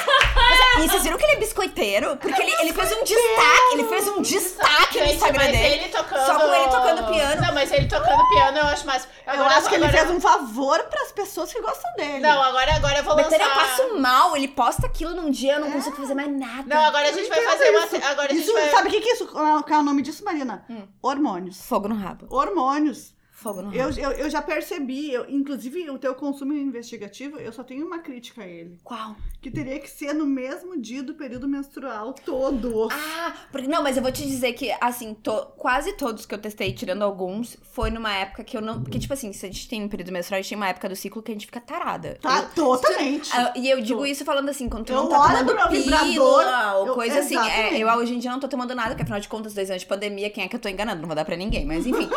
Mas, e vocês viram que ele é biscoiteiro? Porque ele, ele fez um destaque. Ele fez um destaque no
Gente,
Instagram
mas
dele.
ele tocando...
Só com ele tocando piano.
Não, mas ele tocando piano eu acho mais...
Eu
Agora-
acho que ele
agora-
fez um favor pras pessoas que gostam dele.
Não, agora, agora eu vou lançar...
Betânia, eu passo mal. Ele posta aquilo num dia, eu não consigo fazer mais nada.
Não, agora a
Eu
gente
não
vai
entendo
fazer uma...
isso.
Agora a gente
isso,
vai...
sabe o que, que é isso? Qual é o nome disso, Marina?
Hum. Uhum.
Hormônios.
Fogo no rabo.
Hormônios.
Fogo no rabo.
Eu, eu, eu já percebi, eu, inclusive o teu consumo investigativo, eu só tenho uma crítica a ele.
Qual?
Que teria que ser no mesmo dia do período menstrual todo.
Ah, porque não, mas eu vou te dizer que assim, to- quase todos que eu testei, tirando alguns, foi numa época que eu não, porque tipo assim, se a gente tem um período menstrual, a gente tem uma época do ciclo que a gente fica tarada.
tá? Totalmente.
Eu- ah, e eu digo isso falando assim, quando tu
Eu
não tá
olho
tomando
pro meu
pílula
vibrador,
ou
eu-
coisa assim. É,
exatamente.
eu hoje em dia não tô tomando nada, porque afinal de contas, dois anos de pandemia, quem é que eu tô enganando? Não vou dar pra ninguém, mas enfim.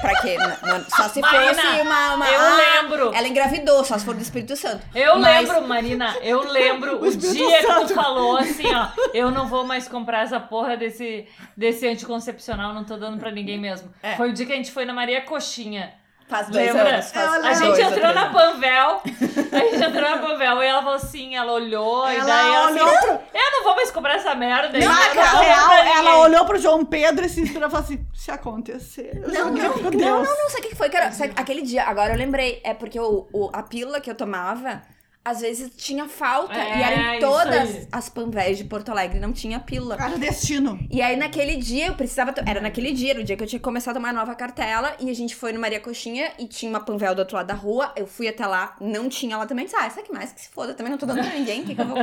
pra quê? N- n- só se
Marina,
fosse uma. uma
eu
ah,
lembro.
Ela engravidou, só se for do Espírito Santo.
Eu
Mas-
lembro, Marina, eu lembro o,
Espírito
dia que tu
Santo.
falou assim, ó, eu não vou mais comprar essa porra desse, desse anticoncepcional, não tô dando pra ninguém mesmo.
É.
Foi o dia que a gente foi na Maria Coxinha.
Faz dois
Lembra?
anos. Faz
Eu
A
Não,
dois né?
gente
ou
entrou
três
na
anos.
Panvel, a gente entrou na Panvel e ela falou assim, ela olhou e
Ela
daí ela
olhou
assim,
pro-
eu não vou mais comprar essa merda. eu
Não,
não vou
na
comprar
real,
pra ninguém."
ela olhou pro João Pedro e se inspirou e falou assim: se acontecer. eu
Não,
juro
não,
por
não,
Deus.
não, não, sabe o que que foi, Carol? Sabe, aquele dia, agora eu lembrei, é porque o, o- a pílula que eu tomava, às vezes tinha falta
É,
e era em
isso
todas
aí.
as panvéis de Porto Alegre, não tinha pílula.
Cara, destino.
E aí naquele dia eu precisava. to- Era naquele dia, era o dia que eu tinha que começar a tomar a nova cartela. E a gente foi no Maria Coxinha e tinha uma panvel do outro lado da rua. Eu fui até lá, não tinha lá também. Disse, ah, sabe que mais que se foda, também não tô dando pra ninguém. Que que eu vou.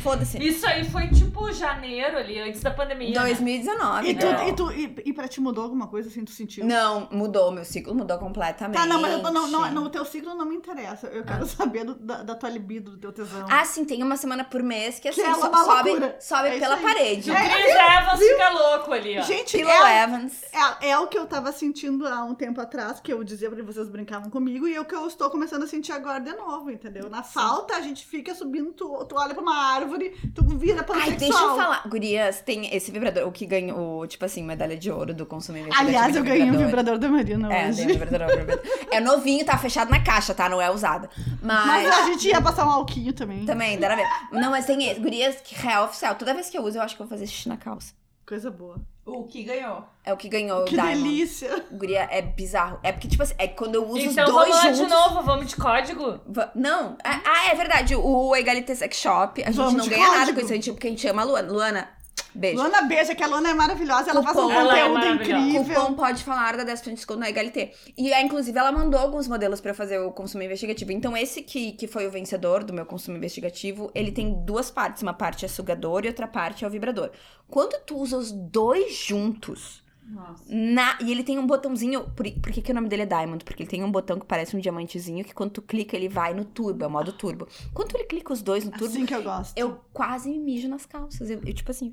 Foda-se.
Isso aí foi tipo janeiro ali, antes da pandemia. né?
2019.
E, tu,
Não.
e, tu, e, e pra ti mudou alguma coisa assim, tu sentiu?
Não, mudou, meu ciclo mudou completamente.
Tá, não, mas eu tô- não, não, não, o teu signo não me interessa. Eu quero saber do- da, da tua libido, do teu tesão.
Ah, sim, tem uma semana por mês que assim,
Que ela é
so-
uma
sobe,
loucura.
sobe
É isso
pela
aí.
parede.
O Chris Evans fica louco ali, ó.
Gente,
Pillow
é,
Evans.
é, é o que eu tava sentindo há um tempo atrás, que eu dizia pra vocês brincavam comigo, e é o que eu estou começando a sentir agora de novo, entendeu? Na falta, a gente fica subindo, tu, tu olha pra uma árvore, tu vira pra
Ai, deixa eu falar. Gurias, tem esse vibrador, o que ganhou, tipo assim, medalha de ouro do consumidor.
Aliás, eu ganhei um
vibrador.
vibrador da Marina
É, tem um
hoje.
vibrador, um vibrador. É novinho, tá fechado na caixa, tá? Não é usado. Mas.
Mas a gente ia passar um alquinho também.
Também, dá pra ver. Não, mas tem esse. Gurias, que real oficial. Toda vez que eu uso, eu acho que eu vou fazer xixi na calça.
Coisa boa.
O que ganhou?
É o que ganhou
que
o Diamond.
delícia.
Guria, é bizarro. É porque, tipo assim, é que quando eu uso
então
os dois
vamos lá
juntos...
de novo, vamos de código?
Va- Não, é- ah, é verdade. O Egalité Sex Shop, a gente
Vamos
não
de
ganha nada
código.
com isso, a gente, porque a gente ama a Luana. Luana, beijo.
Luana beija, que a Luana é maravilhosa, ela faz um
Cupom. Ela
é
conteúdo
maravilhosa.
incrível.
Cupom pode falar da 10% de desconto na Egalité. E, é, inclusive, ela mandou alguns modelos pra eu fazer o consumo investigativo. Então, esse que, que foi o vencedor do meu consumo investigativo, ele tem duas partes. Uma parte é sugador e outra parte é o vibrador. Quando tu usa os dois juntos,
Nossa.
na- e ele tem um botãozinho. Por, por que, que o nome dele é Diamond? Porque ele tem um botão que parece um diamantezinho que quando tu clica, ele vai no turbo, é o modo turbo. Quando ele clica os dois no turbo,
Assim que eu gosto.
eu quase me mijo nas calças. Eu, eu, tipo assim,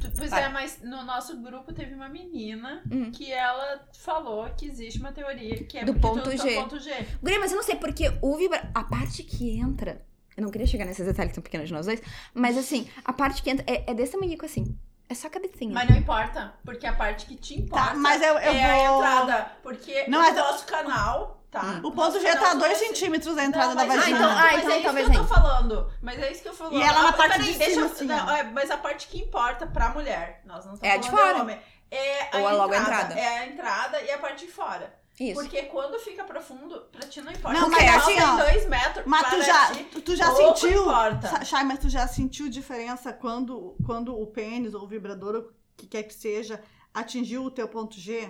Tu- Pois
Vai.
é, mas no nosso grupo teve uma menina
Hum.
que ela falou que existe uma teoria que é
Do
porque tu-
ponto
tu-
G.
ponto G.
Guria, mas eu não sei porque o vibra... A parte que entra. Eu não queria chegar nesses detalhes tão pequenos de nós dois. Mas assim, a parte que entra é, é desse tamanhico assim. É só a cabecinha.
Mas não importa, porque a parte que te importa
Tá, mas eu, eu
é a
vou...
entrada. Porque
Não,
o
mas-
nosso canal, tá?
O ponto G tá a 2 centímetros da entrada da
mas- Ah,
vagina.
então- ah,
mas é
talvez
isso que
nem.
eu tô falando. Mas é isso que eu falo.
E ela na
Ah,
parte
peraí,
de
deixa eu-
cima, assim, ó.
não, é, Mas a parte que importa pra mulher, nós não
É a
estamos
de
falando
fora.
homem. É a
Ou é
entrada,
logo a entrada.
É a entrada e a parte de fora.
Isso.
Porque quando fica profundo, pra ti não importa.
Não,
Porque
mas
a
assim,
alça
ó,
tem dois metros.
Mas tu
para
já,
ti,
tu- tu já
pouco
sentiu.
importa.
Sa- Chay, mas tu já sentiu diferença quando, quando o pênis ou o vibrador, ou o que quer que seja, atingiu o teu ponto G?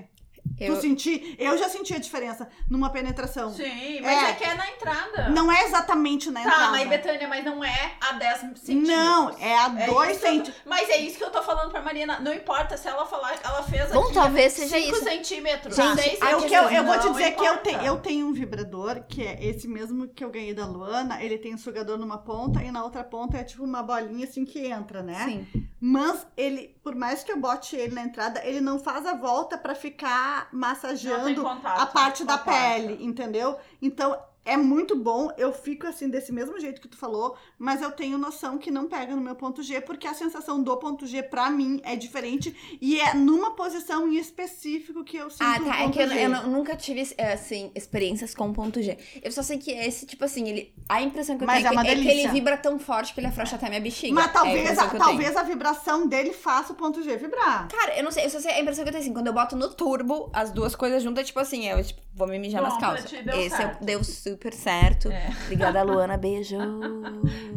Eu-
Tu senti? Eu já senti a diferença numa penetração.
Sim, mas
É.
é, que é na entrada.
Não é exatamente na entrada.
Tá, mas Betânia, mas não é a 10 centímetros.
Não, é a
É
2
isso que eu tô-
centímetros.
Mas é isso que eu tô falando pra Marina. Não importa se ela falar, ela fez
Bom,
aqui,
talvez seja
5
isso.
centímetros.
Gente,
seis
a
Eu,
centímetros.
É que eu, eu vou te
Não
dizer que eu, te-
importa.
eu tenho um vibrador, que é esse mesmo que eu ganhei da Luana. Ele tem um sugador numa ponta e na outra ponta é tipo uma bolinha assim que entra, né?
Sim.
Mas ele, por mais que eu bote ele na entrada, ele não faz a volta pra ficar
Não tem
massageando
contato,
a parte
não
da
tem contato.
pele, entendeu? Então é muito bom. Eu fico assim desse mesmo jeito que tu falou, mas eu tenho noção que não pega no meu ponto G, porque a sensação do ponto G pra mim é diferente e é numa posição em específico que eu sinto
Ah,
o
tá. É
ponto
que eu,
G.
eu não- nunca tive, é, assim, experiências com ponto G. Eu só sei que esse, tipo assim, ele. A impressão que eu
Mas
tenho
é uma
que, que ele
delícia.
vibra tão forte que ele afrouxa até minha bexiga. É
Mas
a
talvez,
impressão
a,
que eu tenho.
talvez a vibração dele faça o ponto G vibrar.
Cara, eu não sei, eu só sei a impressão que eu tenho assim, quando eu boto no turbo, as duas coisas juntas, tipo assim, eu tipo, vou me mijar
Bom,
nas
pra
calças.
ti deu
Esse eu-
certo.
deu super certo.
É,
Obrigada, Luana. Beijo.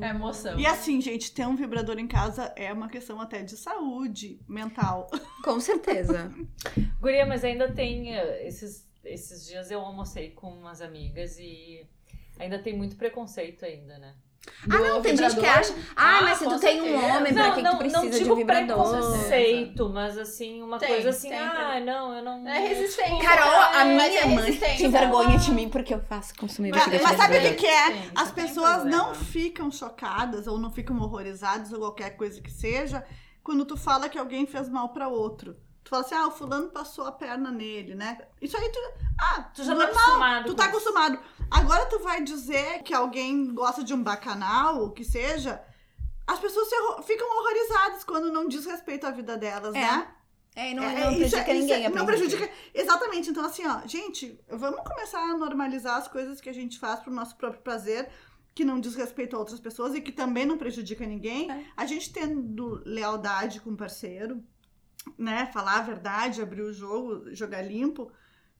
é emoção.
E assim, gente, ter um vibrador em casa é uma questão até de saúde mental.
Com certeza.
Guria, mas ainda tem. eh, Esses, esses dias eu almocei com umas amigas e ainda tem muito preconceito ainda, né?
ah, não, tem gente que acha. Ah,
Ah,
mas se
com
tu tem um
certeza.
homem, pra que, que tu precisa de um vibrador?
preconceito.
preconceito, mas assim, uma
Tem,
coisa assim,
tem,
ah, não, eu não. Tipo,
É resistência.
Carol, a
é, mas
minha
é
mãe
resistência.
tem vergonha de mim porque eu faço consumir
Mas,
investigativo
mas
de
sabe o que,
vibrador.
que é?
Sim,
As
não tem
pessoas não
problema.
ficam chocadas ou não ficam horrorizadas ou qualquer coisa que seja quando tu fala que alguém fez mal pra outro. Tu fala assim, ah, o fulano passou a perna nele, né? Isso aí tu. Ah,
Tu já tá
é
normal,
acostumado.
Tu
com
tá
isso.
acostumado. Agora tu vai dizer que alguém gosta de um bacanal, o que seja. As pessoas se horro- ficam horrorizadas quando não diz respeito à vida delas,
É.
né?
É, e não,
É,
não
é, isso é-
prejudica
isso é-
ninguém.
Não
aprendi.
prejudica. Exatamente. Então, assim, ó, gente, vamos começar a normalizar as coisas que a gente faz pro nosso próprio prazer, que não diz respeito a outras pessoas e que também não prejudica ninguém.
É.
A gente tendo lealdade com o parceiro, né? Falar a verdade, abrir o jogo, jogar limpo.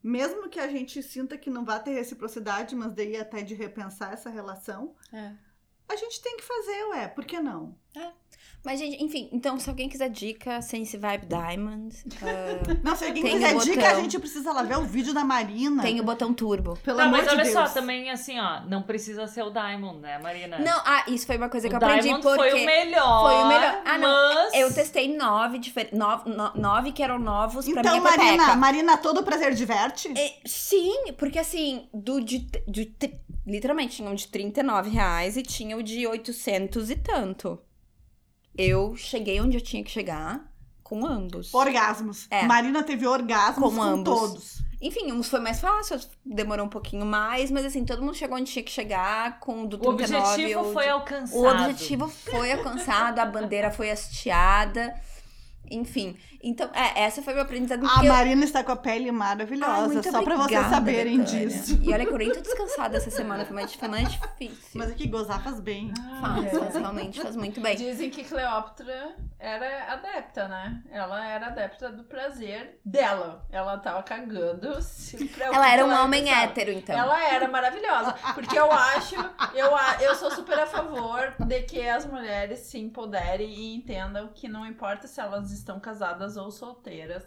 Mesmo que a gente sinta que não vá ter reciprocidade, mas daí até de repensar essa relação.
É.
A gente tem que fazer, ué, por que não?
Mas, gente, enfim, então, se alguém quiser dica, Sense Vibe Diamond, ah,
Não, se alguém
Tem
quiser
o
dica, a
botão.
gente precisa lá ver o vídeo da Marina.
tem um- o botão turbo.
Pelo
tá,
amor
mas
de
olha
Deus.
só, também assim, ó, não precisa ser o Diamond, né, Marina?
Não, ah, isso foi uma coisa que
o
eu aprendi,
Diamond
porque...
foi o melhor.
foi o melhor. Ah, não,
Mas...
Eu testei nove, difer... nove, no- nove que eram novos pra
Então,
minha
Marina,
pepeca.
Marina, todo prazer diverte?
É, sim, porque assim, do de, de tri- literalmente tinha um de 39 reais e tinha o de 800 e tanto. Eu cheguei onde eu tinha que chegar com ambos.
Orgasmos.
É.
Marina teve orgasmos
Com
com
ambos.
todos.
Enfim, uns foi mais fácil, outros demorou um pouquinho mais, mas assim, todo mundo chegou onde tinha que chegar com o do
O
39.
objetivo
ou
foi
de-
alcançado.
O objetivo foi alcançado, a bandeira foi hasteada, enfim. Então, é, essa foi meu aprendizado.
A
porque eu-
Marina está com a pele Ah, maravilhosa,
Ai, muito
só pra vocês
obrigada,
saberem
Betânia.
disso.
E olha que eu nem tô descansada essa semana, foi mais, foi mais difícil.
Mas é que gozar faz bem.
Faz, faz, realmente faz muito bem.
Dizem que Cleópatra era adepta, né? Ela era adepta do prazer dela. Ela tava cagando. se preocupava,
Ela era um homem
pensava.
hétero, então.
Ela era maravilhosa. Porque eu acho, eu, a- eu sou super a favor de que as mulheres se empoderem e entendam que não importa se elas estão casadas ou solteiras.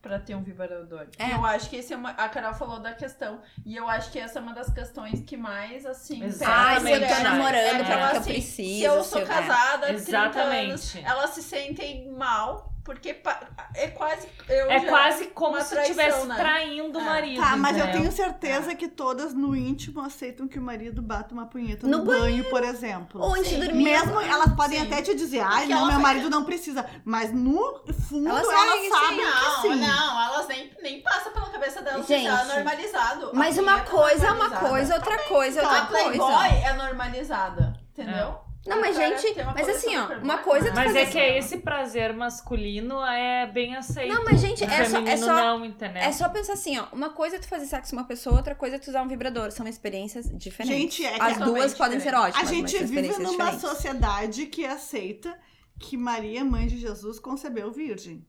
Pra ter um vibrador.
É.
Eu acho que esse é uma. A Carol falou da questão. E eu acho que essa é uma das questões que mais, assim. pega
Ai,
as
se eu tô
mulheres.
namorando,
É
pra
aquela,
que eu
assim,
preciso.
se eu sou
eu-
casada, há 30 anos,
Exatamente.
elas se sentem mal, porque pa- é quase. Eu
É
já-
quase como
uma
se
traição,
estivesse
né?
traindo o
É.
marido.
Tá, mas eu
entendeu?
tenho certeza que todas no íntimo aceitam que o marido bata uma punheta no,
No
banho, por exemplo.
Ou antes de dormir.
Mesmo elas podem
Sim.
até te
É
dizer, ai,
Porque
não,
ela
meu
vai-
marido não precisa. Mas no fundo
Ela
elas,
sabe que assim.
sabem que
Não,
sim.
não, elas nem, nem passam pela cabeça delas
Gente,
que tá normalizado. A
Mas
punheta
uma coisa é uma
normalizada.
coisa, outra coisa é
A
outra
Tá, Playboy
coisa.
é normalizada, entendeu?
Não, mas,
O cara
gente,
tem uma
mas
coleção
assim, ó,
super
uma
boa,
coisa
né?
tu
Mas é
fazer- assim.
que esse prazer masculino é bem aceito.
Não, mas,
O
gente, é só- é
feminino
só-
não, entendeu?
É só pensar assim, ó. Uma coisa é tu fazer sexo com uma pessoa, outra coisa é tu usar um vibrador. São experiências diferentes.
Gente, é que
As
é
duas
totalmente
podem ser
diferente.
ótimas.
A gente
mas são
vive
experiências
numa
diferentes.
sociedade que aceita que Maria, mãe de Jesus, concebeu virgem.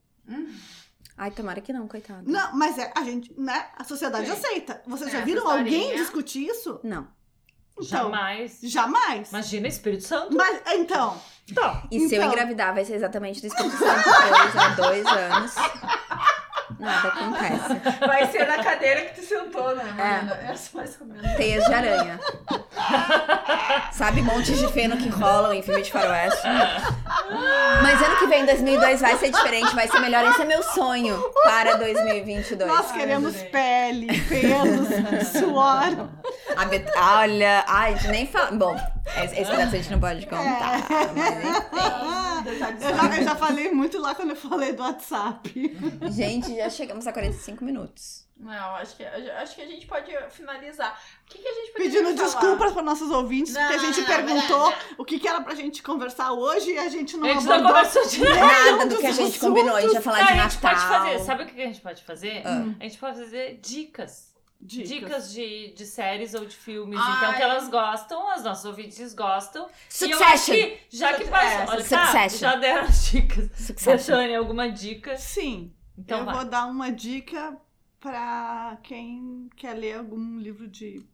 Ai, tomara que não, coitada.
Não, mas é, a gente, né? A sociedade
Sim.
aceita. Vocês já
Essa
viram alguém
historinha.
discutir isso?
Não.
Então,
Jamais.
jamais.
Imagina, Espírito Santo.
Mas, então,
Então,
E se eu
Então.
engravidar, vai ser exatamente do Espírito Santo, porque eu já há dois anos. Nada
É.
acontece.
Vai ser na cadeira que tu sentou, né, menina? É. mais ou menos.
Teias de aranha. Sabe, montes de feno que rolam em filme de faroeste. Mas ano que vem, 2002, vai ser diferente, vai ser melhor. Esse é meu sonho para 2022.
nós queremos
adorei.
pele, pelos, suor.
A Bet... Olha, ai, a gente nem fala. Bom, esse esse pedaço a gente não pode contar.
Ah,
Detalhes
É. eu, já, eu já falei muito lá quando eu falei do WhatsApp.
mas- Gente, já chegamos a 45 minutos.
Não, acho que, acho que a gente pode finalizar. O que, que a gente poderia
Pedindo
falar?
desculpas para nossos ouvintes,
tá Não,
porque a gente
não, não,
perguntou o que, que era pra gente conversar hoje e a gente não
a gente não
abordou.
conversou de
Nada
um
do que a
dos
gente combinou, a gente ia falar de
a gente
Natal.
pode
Ah.
fazer. Sabe o que a gente pode fazer? A gente pode fazer dicas. Dicas, de, de séries ou de filmes. Então,
Ai.
que elas gostam, as nossas ouvintes gostam. E eu acho
Succession! É,
que, já que passou, olha, tá,
Succession.
já deram as dicas.
Succession.
Betânia, alguma dica?
Sim,
Então
eu
vai.
vou dar uma dica pra quem quer ler algum livro de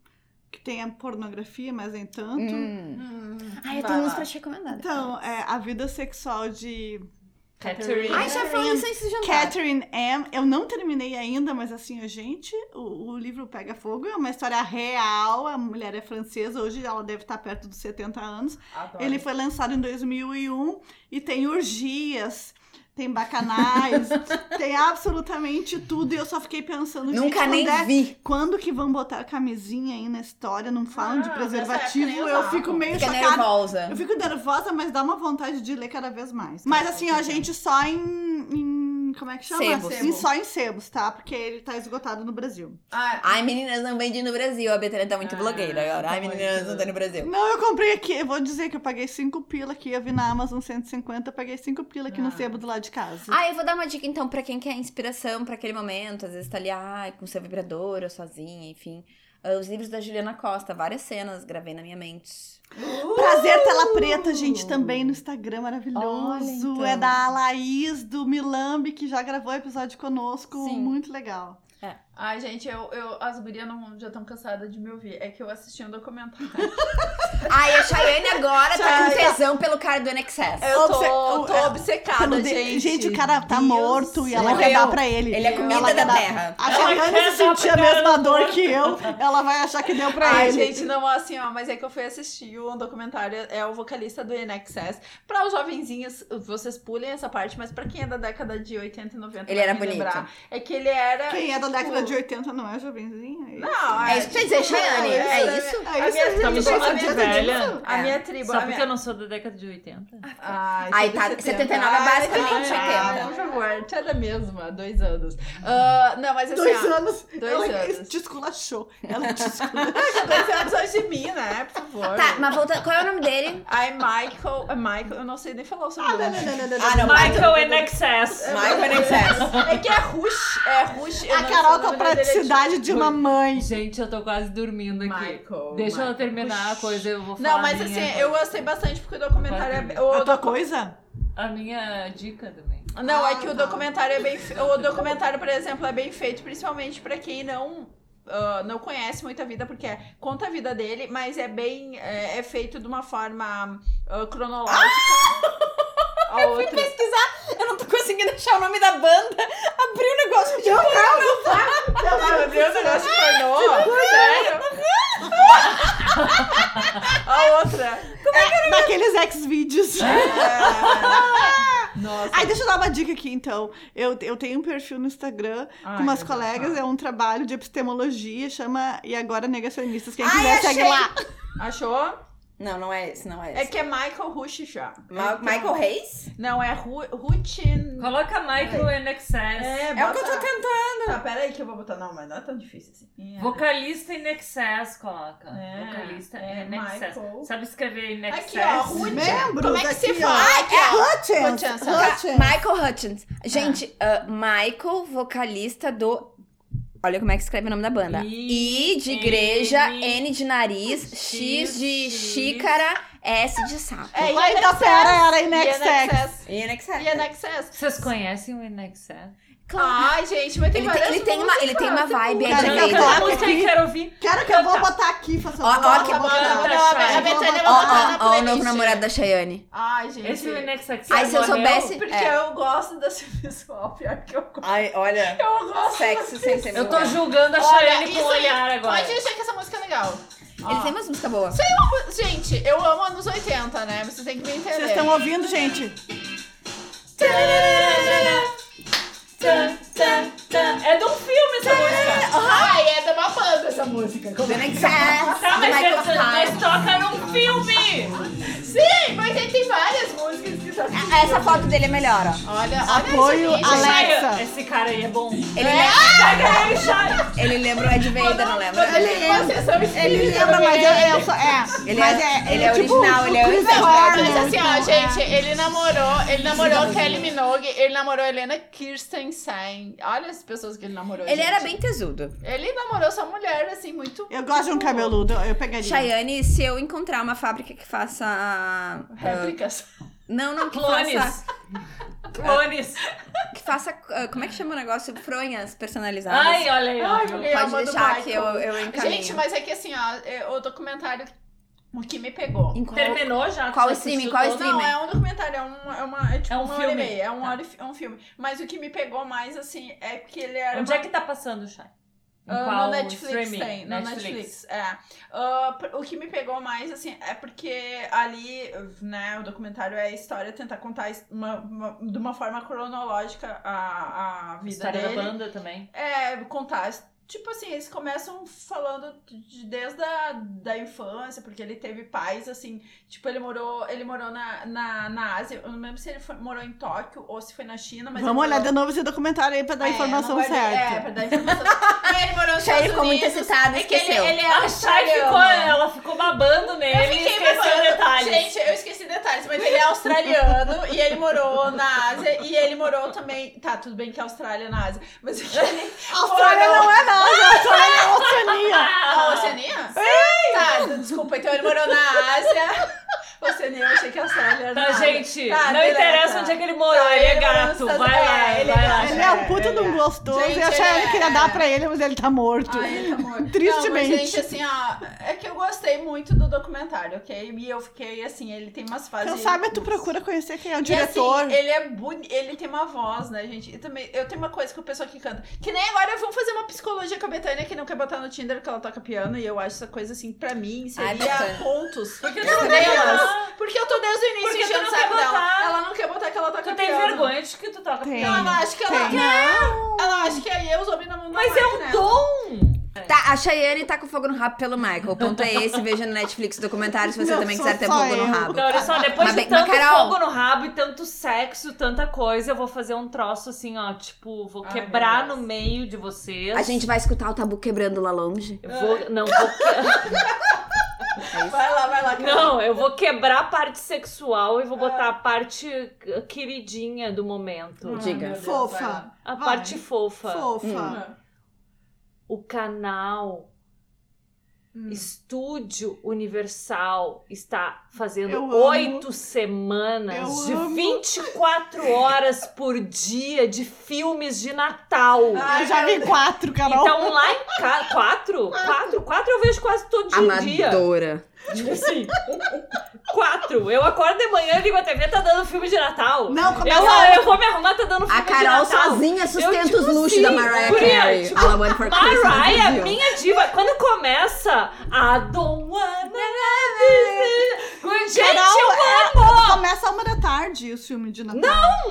que tenha pornografia, mas nem tanto.
Hum.
Hum,
Ai, eu
vai
tenho uns
lá.
pra te recomendar.
Então, é a vida sexual de
Catherine.
Ai, já falei isso antes de jantar.
Catherine M. Eu não terminei ainda, mas assim, a gente, o, o livro Pega Fogo é uma história real. A mulher é francesa, hoje ela deve estar perto dos 70 anos.
Adoro.
Ele foi lançado em 2001 e tem urgias, tem bacanais, tem absolutamente tudo. E eu só fiquei pensando,
Nunca
gente,
nem
quando, é-
vi.
quando que vão botar camisinha aí na história? Não falam de
Ah, nessa
preservativo.
época nem
Eu
usavam.
fico meio
é, Fica
chocada.
nervosa.
Eu fico nervosa, mas dá uma vontade de ler cada vez mais. Mas assim, ó, a gente só em. em- como é que chama?
Sebos.
Em- só em sebos, tá? Porque ele tá esgotado no Brasil.
Ah,
Ai, meninas, não vende no Brasil. A Betânia tá muito
Ah,
blogueira agora. Ai,
tá
meninas,
muito.
não tá no Brasil.
Não, eu comprei aqui. Eu vou dizer que eu paguei 5 pila aqui. Eu vi na Amazon 150, eu paguei 5 pila aqui no
Ah.
sebo do lado de casa.
Ah, eu vou dar uma dica então pra quem quer inspiração pra aquele momento, às vezes tá ali, ai, com seu vibrador ou sozinha, enfim. Ah, os livros da Juliana Costa, várias cenas, gravei na minha mente.
uh!
Prazer Tela Preta, gente, também no Instagram, maravilhoso.
Olha, então.
É da Laís do Milambi, que já gravou episódio conosco.
Sim.
Muito legal.
Ai, gente, eu, eu, as gurias não, já estão cansadas de me ouvir. É que eu assisti um documentário.
Ai, a Chayane agora tá com
Chayanne.
tesão pelo cara do NXS.
Eu tô,
Obce-
eu tô
é,
obcecada,
Quando de-
gente.
gente, o cara tá
Deus
morto e
céu.
ela quer dar pra ele.
Ele é comida
Ela quer
da
dar-
terra.
A
Ela
Chayane
quer dar
se sentir a
pra cara
mesma
do
dor
morto.
que eu, ela vai achar que deu pra
Ai,
ele.
gente, não, assim, ó, mas é que eu fui assistir um documentário, é o vocalista do INXS. Pra os jovenzinhos, vocês pulem essa parte, mas pra quem é da década de 80 e 90,
Ele
vai
era
me
bonito.
lembrar, é que ele era.
Quem é da
tipo,
década de 80 não é jovenzinha?
Não,
É isso que quer dizer, Chayane. É isso?
É isso?
minha-
gente,
Tá me
é
chamando de
isso.
velha?
A
É.
minha tribo.
Só
a
porque
minha...
eu não sou da década de 80.
Ai,
Aí
sou de
tá, 79 é
Ai,
basicamente
ai,
80.
Por favor, tu é da mesma, dois anos. Ah, não, mas assim,
Dois
ó,
anos.
dois
ela
anos.
te esculachou. Ela te esculachou.
dois anos antes de mim, né? Por favor.
Tá, mas volta. Qual é o nome dele?
Ai, Michael, é Michael, eu não sei nem falar o
Ah,
sobrenome.
não, não, não, não, não,
Ah, não,
não.
mas-
Michael in excess.
Michael NXS.
É que é Rush, é Rush. eu
A
não
Carol
sei o
com a
nome dele, é
praticidade
tipo-
de uma mãe.
Gente, eu tô quase dormindo aqui.
Michael,
Deixa
Michael.
eu terminar a
Rush.
coisa, eu vou falar.
Não, mas
a
assim,
minha
eu gostei bastante porque o documentário é. bem- o
A tua
docu-
coisa?
A minha dica também.
Não, é
Ah,
que o
tá.
documentário é bem. fe- O documentário, por exemplo, é bem feito, principalmente pra quem não. ah, não conhece muito a vida, porque é- conta a vida dele, mas é bem. É, é feito de uma forma ah, cronológica.
Ah!
A outra.
pesquisar. Eu não tô conseguindo achar o nome da banda. Abri
Um
o negócio de
Ah, abriu um negócio de
né?
pornô? Sério? A outra.
Naqueles ex-vídeos.
É. Nossa.
Ai, deixa eu dar uma dica aqui, então. Eu, eu tenho um perfil no Instagram
Ai,
com umas
meu Deus.
Ah.
colegas, é um trabalho de epistemologia, chama E Agora Negacionistas. Quem
Ai,
quiser, segue
achei.
lá.
Achou?
Não, não é esse, não é
É
esse.
que é Michael Rush já.
é
é
Ma- Michael Reis?
Não, é Ru- Rutin.
Coloca Michael in excess.
É o que eu tô tentando.
Tá, peraí que eu vou botar. Não, mas não é tão difícil assim.
Vocalista in excess, coloca.
É,
Vocalista
é,
in excess.
Michael.
Sabe escrever in excess?
Aqui, ó, Rutin.
Membros
Como é que se
aqui, ó.
fala?
É Hutchins.
Hutchins,
Hutchins.
Tá,
Michael Hutchins. Gente, ah, Michael, vocalista do. Olha como é que escreve o nome da banda.
I,
I, de igreja,
N,
N, de nariz, X de
X.
xícara, S de sapo.
É,
Lá
e
em
NXS.
Itapera então era em
E
NXS.
NXS.
E né,
E é NXS.
Vocês conhecem o in excess?
Claro.
Ai, gente, mas Ah, tem
Ele tem-
várias
ele tem uma- ele tem uma
músicas,
vibe, é
Cara,
Não,
que
não,
eu
não,
coloco
música aí,
aqui.
quero ouvir.
Quero
Então
que eu
tá.
vou botar aqui, faça
Ó, ó,
Vou
que
banda,
botar, vou
Shai.
botar.
A Betânia
Ó,
vai botar
ó,
na
ó, o novo
playlist.
namorado da Cheyenne.
Ai, gente.
Esse é o in excess.
Ai, se eu
morreu?
soubesse-
Porque
É.
eu gosto desse visual, pior é que eu gosto.
Ai, olha.
Eu gosto.
Sexo sem ser
Eu tô julgando a Chayane com o olhar agora.
Pode achar que essa música é legal. é
Ele tem umas músicas boas.
Gente, eu amo anos 80, né? Vocês têm que me entender.
Vocês estão ouvindo, gente?
É de um filme essa música.
Ai, é da uma banda essa música. é?
Do NXS.
Tá,
do
mas,
Michael
você- mas toca num filme.
Sim, mas aí tem várias músicas que são. assim.
Hutchins. Essa foto dele é melhor, ó.
Olha,
Apoio
olha isso,
Alex.
gente.
Alexa.
Chayanne, Esse cara aí é bom.
Ele,
Pega ele, Chayanne.
lembra, ele lembra o Ed Vader, não lembra?
Vocês são
Ele lembra, mas eu, eu sou. É.
Ele
mas
é- ele é original, ele é
Chris
original.
Warner,
Mas assim, ó,
então,
gente, ele namorou, ele namorou Kelly Minogue, ele namorou Helena Kirstenstein. Olha as pessoas que ele namorou.
Ele
gente.
era bem tesudo.
Ele namorou essa mulher, assim, muito.
é. Eu gosto de um cabeludo, eu pegaria.
Chayane, se eu encontrar uma fábrica que faça. ah,
tipo, Réplicas.
não, não, que faça.
Clones. Clones.
Que faça. ah, como é que chama o negócio? Fronhas personalizadas.
Ai, olha aí. ó.
Ai, meu Deus.
Pode
amo do
deixar que eu,
Michael.
eu encaminho.
Gente, mas é que assim, ó, é, o documentário, o que me pegou.
Em qual-
Terminou já?
Qual
Tu já
streaming?
assistiu
Qual
todo?
streaming?
Não, é um documentário, é, um, é uma, é
né?
tipo
É um
uma hora
filme.
e meia, é, um
Tá.
hora e- é um filme. Mas o que me pegou mais, assim, é que ele era...
Onde
uma-
é que tá passando, Chay? Em
Ah,
qual
no Netflix
streaming?
tem, no
Netflix.
Netflix, é. Ah, pr- o que me pegou mais, assim, é porque ali, né, o documentário é a história, tentar contar his- uma- uma- de uma forma cronológica a, a vida
História
dele.
da banda também.
É, contar. Tipo assim, eles começam falando de- desde a da infância, porque ele teve pais, assim. Tipo, ele morou, ele morou na, na, na Ásia. Eu não lembro se ele foi- morou em Tóquio ou se foi na China, mas.
Vamos
ele
olhar
morou...
de novo esse documentário aí pra dar a
É,
informação
não guardei- É, pra
certa.
dar informação. Mas ele morou nos
Chay
Estados
ficou muito
Unidos.
excitada,
É que ele,
esqueceu.
ele é
A Chay Ah, ficou,
australiano.
ela ficou babando
Eu
nele e
fiquei
esqueceu
babando.
detalhes.
Gente, eu esqueci detalhes, mas ele é australiano e ele morou na Ásia e ele morou também. Tá, tudo bem que é Austrália na Ásia, mas ele.
Austrália
morou-
não é nada, Austrália é Oceania.
Ah, Oceania? Tá, desculpa, então ele morou na Ásia. Oceania, eu achei que a Austrália melhor
Tá,
nada.
gente,
Tá,
não
beleza.
interessa onde é que ele morou,
Tá,
ele é
ele morou nos
gato, vai
Estados-
lá,
é, ele é
vai lá.
gato.
Ele é um puta de um
Ele é.
gostoso.
Gente,
eu achei
ele
que queria
é.
dar pra ele, mas ele tá morto.
Ai, tá morto.
Tristemente.
Não, mas, gente, assim, ó, é que eu gostei muito do documentário, ok? E eu fiquei assim, ele tem umas fases.
Quem sabe tu procura conhecer quem é o
um
E, assim,
diretor.
ele é boni... ele tem uma voz, né, gente? E também, eu tenho uma coisa que o pessoal que canta. Que nem agora vão fazer uma psicologia com a Betânia que não quer botar no Tinder que ela toca piano. E eu acho essa coisa assim, pra mim, seria
Betânia.
pontos.
Porque tu não tem
Estrelas.
ela.
Porque eu tô desde o início
Porque tu
enchendo
não
o
quer
saco dela.
botar.
Ela não quer botar que ela toca
Tu tem
piano.
vergonha de que tu toca
Tem.
Não,
piano.
ela acha que ela
Tem.
quer. Ela acha que é eu, sobre na mão da
Mas é
máquina.
um dom!
Tá, a Cheyenne tá com fogo no rabo pelo Michael. O ponto é esse, veja no Netflix o documentário se você
Não,
também
sou
quiser ter
só
fogo
eu.
no rabo.
Não, olha só, depois
Mas
de
bem- mas
tanto
Carol-
fogo no rabo e tanto sexo, tanta coisa, eu vou fazer um troço assim, ó, tipo, vou
Ai,
quebrar
meu
no
Deus.
meio de vocês.
A gente vai escutar o tabu quebrando lá longe. É
Eu vou, não, vou que-
Vai lá, vai lá. cara.
não, eu vou quebrar a parte sexual e vou botar a parte eh, queridinha do momento.
Diga.
meu Deus,
Fofa.
vai lá.
A
vai.
parte fofa.
Fofa.
Ah.
O canal Hum.
Hum.
Estúdio Universal está
Eu
fazendo
amo.
oito semanas
Eu
de
amo.
24 horas por dia de filmes de Natal.
Eu já vi quatro, Carol.
Então lá em casa. Quatro? Quatro? Quatro eu vejo quase todo dia. Um dia.
Amadora.
Tipo assim. Quatro. Eu acordo de manhã e ligo a TV, tá dando filme de Natal.
Não,
Eu,
começou.
vou- eu vou me arrumar, tá dando filme
A Carol
de Natal.
sozinha sustenta
tipo
os luxos
assim,
da Mariah
guria,
Carey.
tipo,
All I want for Christmas is
Mariah,
you.
minha diva, quando começa a Don't Wanna Love Gente,
Carol, é,
eu
Começa uma da tarde o filme de Natal.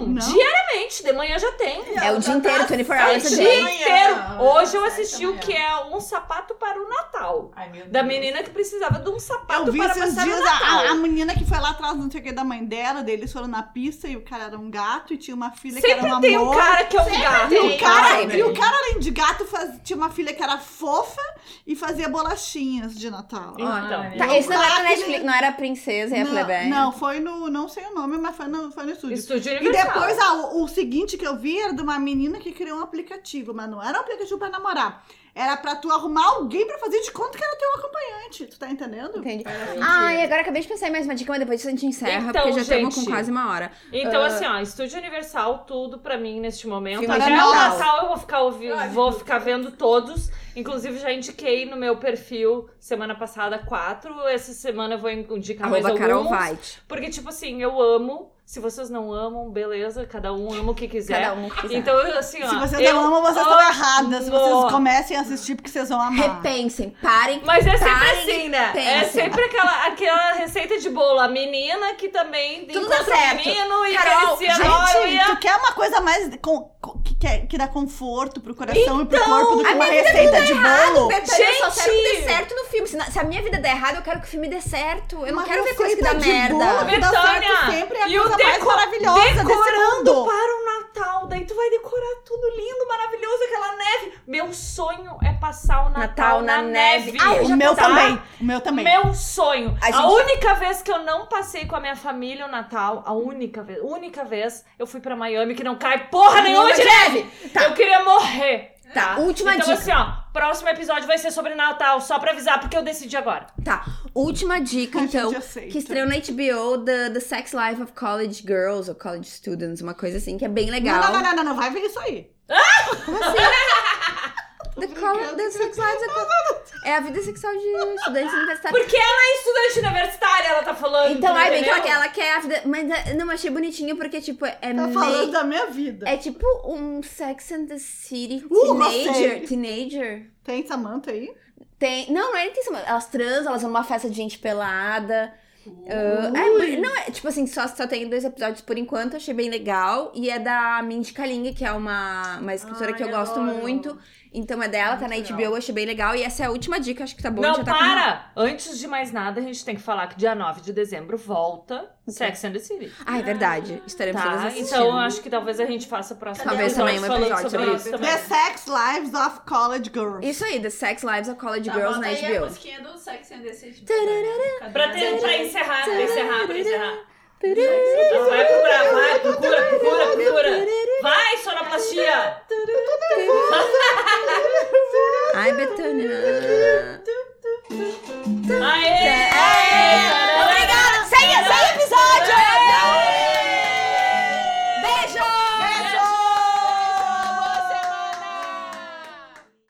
Não!
diariamente, de manhã já tem.
É o dia inteiro, 24 hours a
o
day.
dia
manhã.
inteiro. Hoje eu
Sete
assisti
da
o que é Um Sapato para o Natal.
Ai, meu Deus.
Da menina que precisava de um sapato
Eu vi
para
esses
passar
dias
no
a, a
Natal.
menina que foi lá atrás, não sei o que, da mãe dela, deles foram na pista e o cara era um gato e tinha uma filha que
Sempre
era um
tem um
amor.
cara que é um gato.
E o, cara,
Sempre.
e o cara, além de gato, faz- tinha uma filha que era fofa e fazia bolachinhas de Natal.
Então,
Tá,
Eu
esse não era
claro
na
que ele-
Netflix, não era a princesa e
é
a
não,
plebeia.
não, foi no. Não sei o nome, mas foi no, foi no estúdio.
Estúdio
E
Universal.
depois a- o, o seguinte que eu vi era de uma menina que criou um aplicativo, mas não era um aplicativo pra namorar. Era pra tu arrumar alguém pra fazer de conta que era teu acompanhante. Tu tá entendendo?
Entendi.
Era-
Ah, e agora acabei de pensar em mais uma dica, mas depois a gente encerra,
Então,
porque já estamos
gente.
com quase uma hora.
Então, assim, ó, Estúdio Universal, tudo pra mim neste momento.
Ah. Filme
Até
de
o
Natal.
Natal eu vou ficar, ouvi-
Ai,
vou
meu
ficar vendo todos. Inclusive, já indiquei no meu perfil semana passada quatro. Essa semana eu vou indicar mais
Arroba
alguns.
Carol White.
Porque, tipo assim, eu amo. Se vocês não amam, beleza. Cada um ama o que quiser.
Cada um que quiser.
Então, eu, assim, ó.
Se vocês
eu
não amam, vocês estão
amo.
erradas. Se vocês comecem a assistir, porque vocês vão
Ah.
amar.
Repensem, parem.
Mas é sempre
parem,
assim, né? É
pensem.
sempre aquela, aquela receita de bolo. A menina que também
Tudo
encontra
dá certo.
o menino e
Carol,
que ele se enrola e
Gente,
a-
tu quer uma coisa mais com- com- que, quer- que dá conforto pro coração e
Então,
pro corpo do que uma receita de bolo?
Betânia, eu só
Gente!
quero que dê certo no filme. Se, na- se a minha vida der errado, eu quero que o filme dê certo. Eu "Tá não
Uma
quero ver coisa que dá
receita de
merda.
bolo que dá
Betânia,
certo sempre é a
e o
coisa mais
deco-
maravilhosa
é
desse
decorando
mundo.
para o Natal. Daí tu vai decorar tudo lindo, maravilhoso, aquela neve. Meu sonho é passar o Natal, na, neve.
Ah, eu
O
já
meu
pensava.
também. O meu também.
Meu sonho.
A
A,
gente-
única vez que eu não passei com a minha família o Natal, a única vez, única vez, eu fui pra Miami que não cai porra nenhuma de neve.
Tá.
Eu queria morrer.
Tá, última
então,
dica.
assim, ó, próximo episódio vai ser sobre Natal, só pra avisar, porque eu decidi agora.
Tá, última dica,
A gente
então,
aceita.
que estreou na HBO, The, The Sex Life of College Girls, ou College Students, uma coisa assim, que é bem legal.
Não, não, não, não, não, vai ver isso aí.
Como assim? The, college, the Sex Lives of College... É a vida sexual de estudantes universitários.
Porque ela é estudante universitária, ela tá falando.
Então,
tu
aí bem que ela,
entendeu?
ela quer a vida... Mas é, não, achei bonitinho, porque, tipo, é
Tá
meio...
falando da minha vida.
É tipo um Sex and the City
Uh, gostei.
teenager. teenager.
Tem Samantha aí?
Tem. Não, não é nem tem essa- Elas transam, elas vão numa festa de gente pelada. Ah, é boni- não, é tipo assim, só, só tem dois episódios por enquanto, achei bem legal. E é da Mindy Kaling, que é uma, uma escritora
Ai,
que eu gosto
adoro.
muito. Então é dela, tá na
Muito
HBO,
legal.
achei bem legal. E essa é a última dica, acho que tá bom.
Não,
já tá com-
para! Antes de mais nada, a gente tem que falar que dia 9 de dezembro volta Sex and the City.
Ah, é verdade. Estaremos todas
Tá?
assistindo.
Então eu acho que talvez a gente faça o próximo
Talvez
episódio
também um
falando
episódio
sobre
sobre
isso
isso.
também.
The Sex Lives of College Girls.
Isso aí, The Sex Lives of College
Tá,
Girls
bota
na
aí a
HBO.
musiquinha do Sex and the City.
Pra, ter, pra encerrar, pra encerrar, pra encerrar. Vai procurar, vai, procura, procura, procura. Vai, sonoplastia!
Ai, Betânia.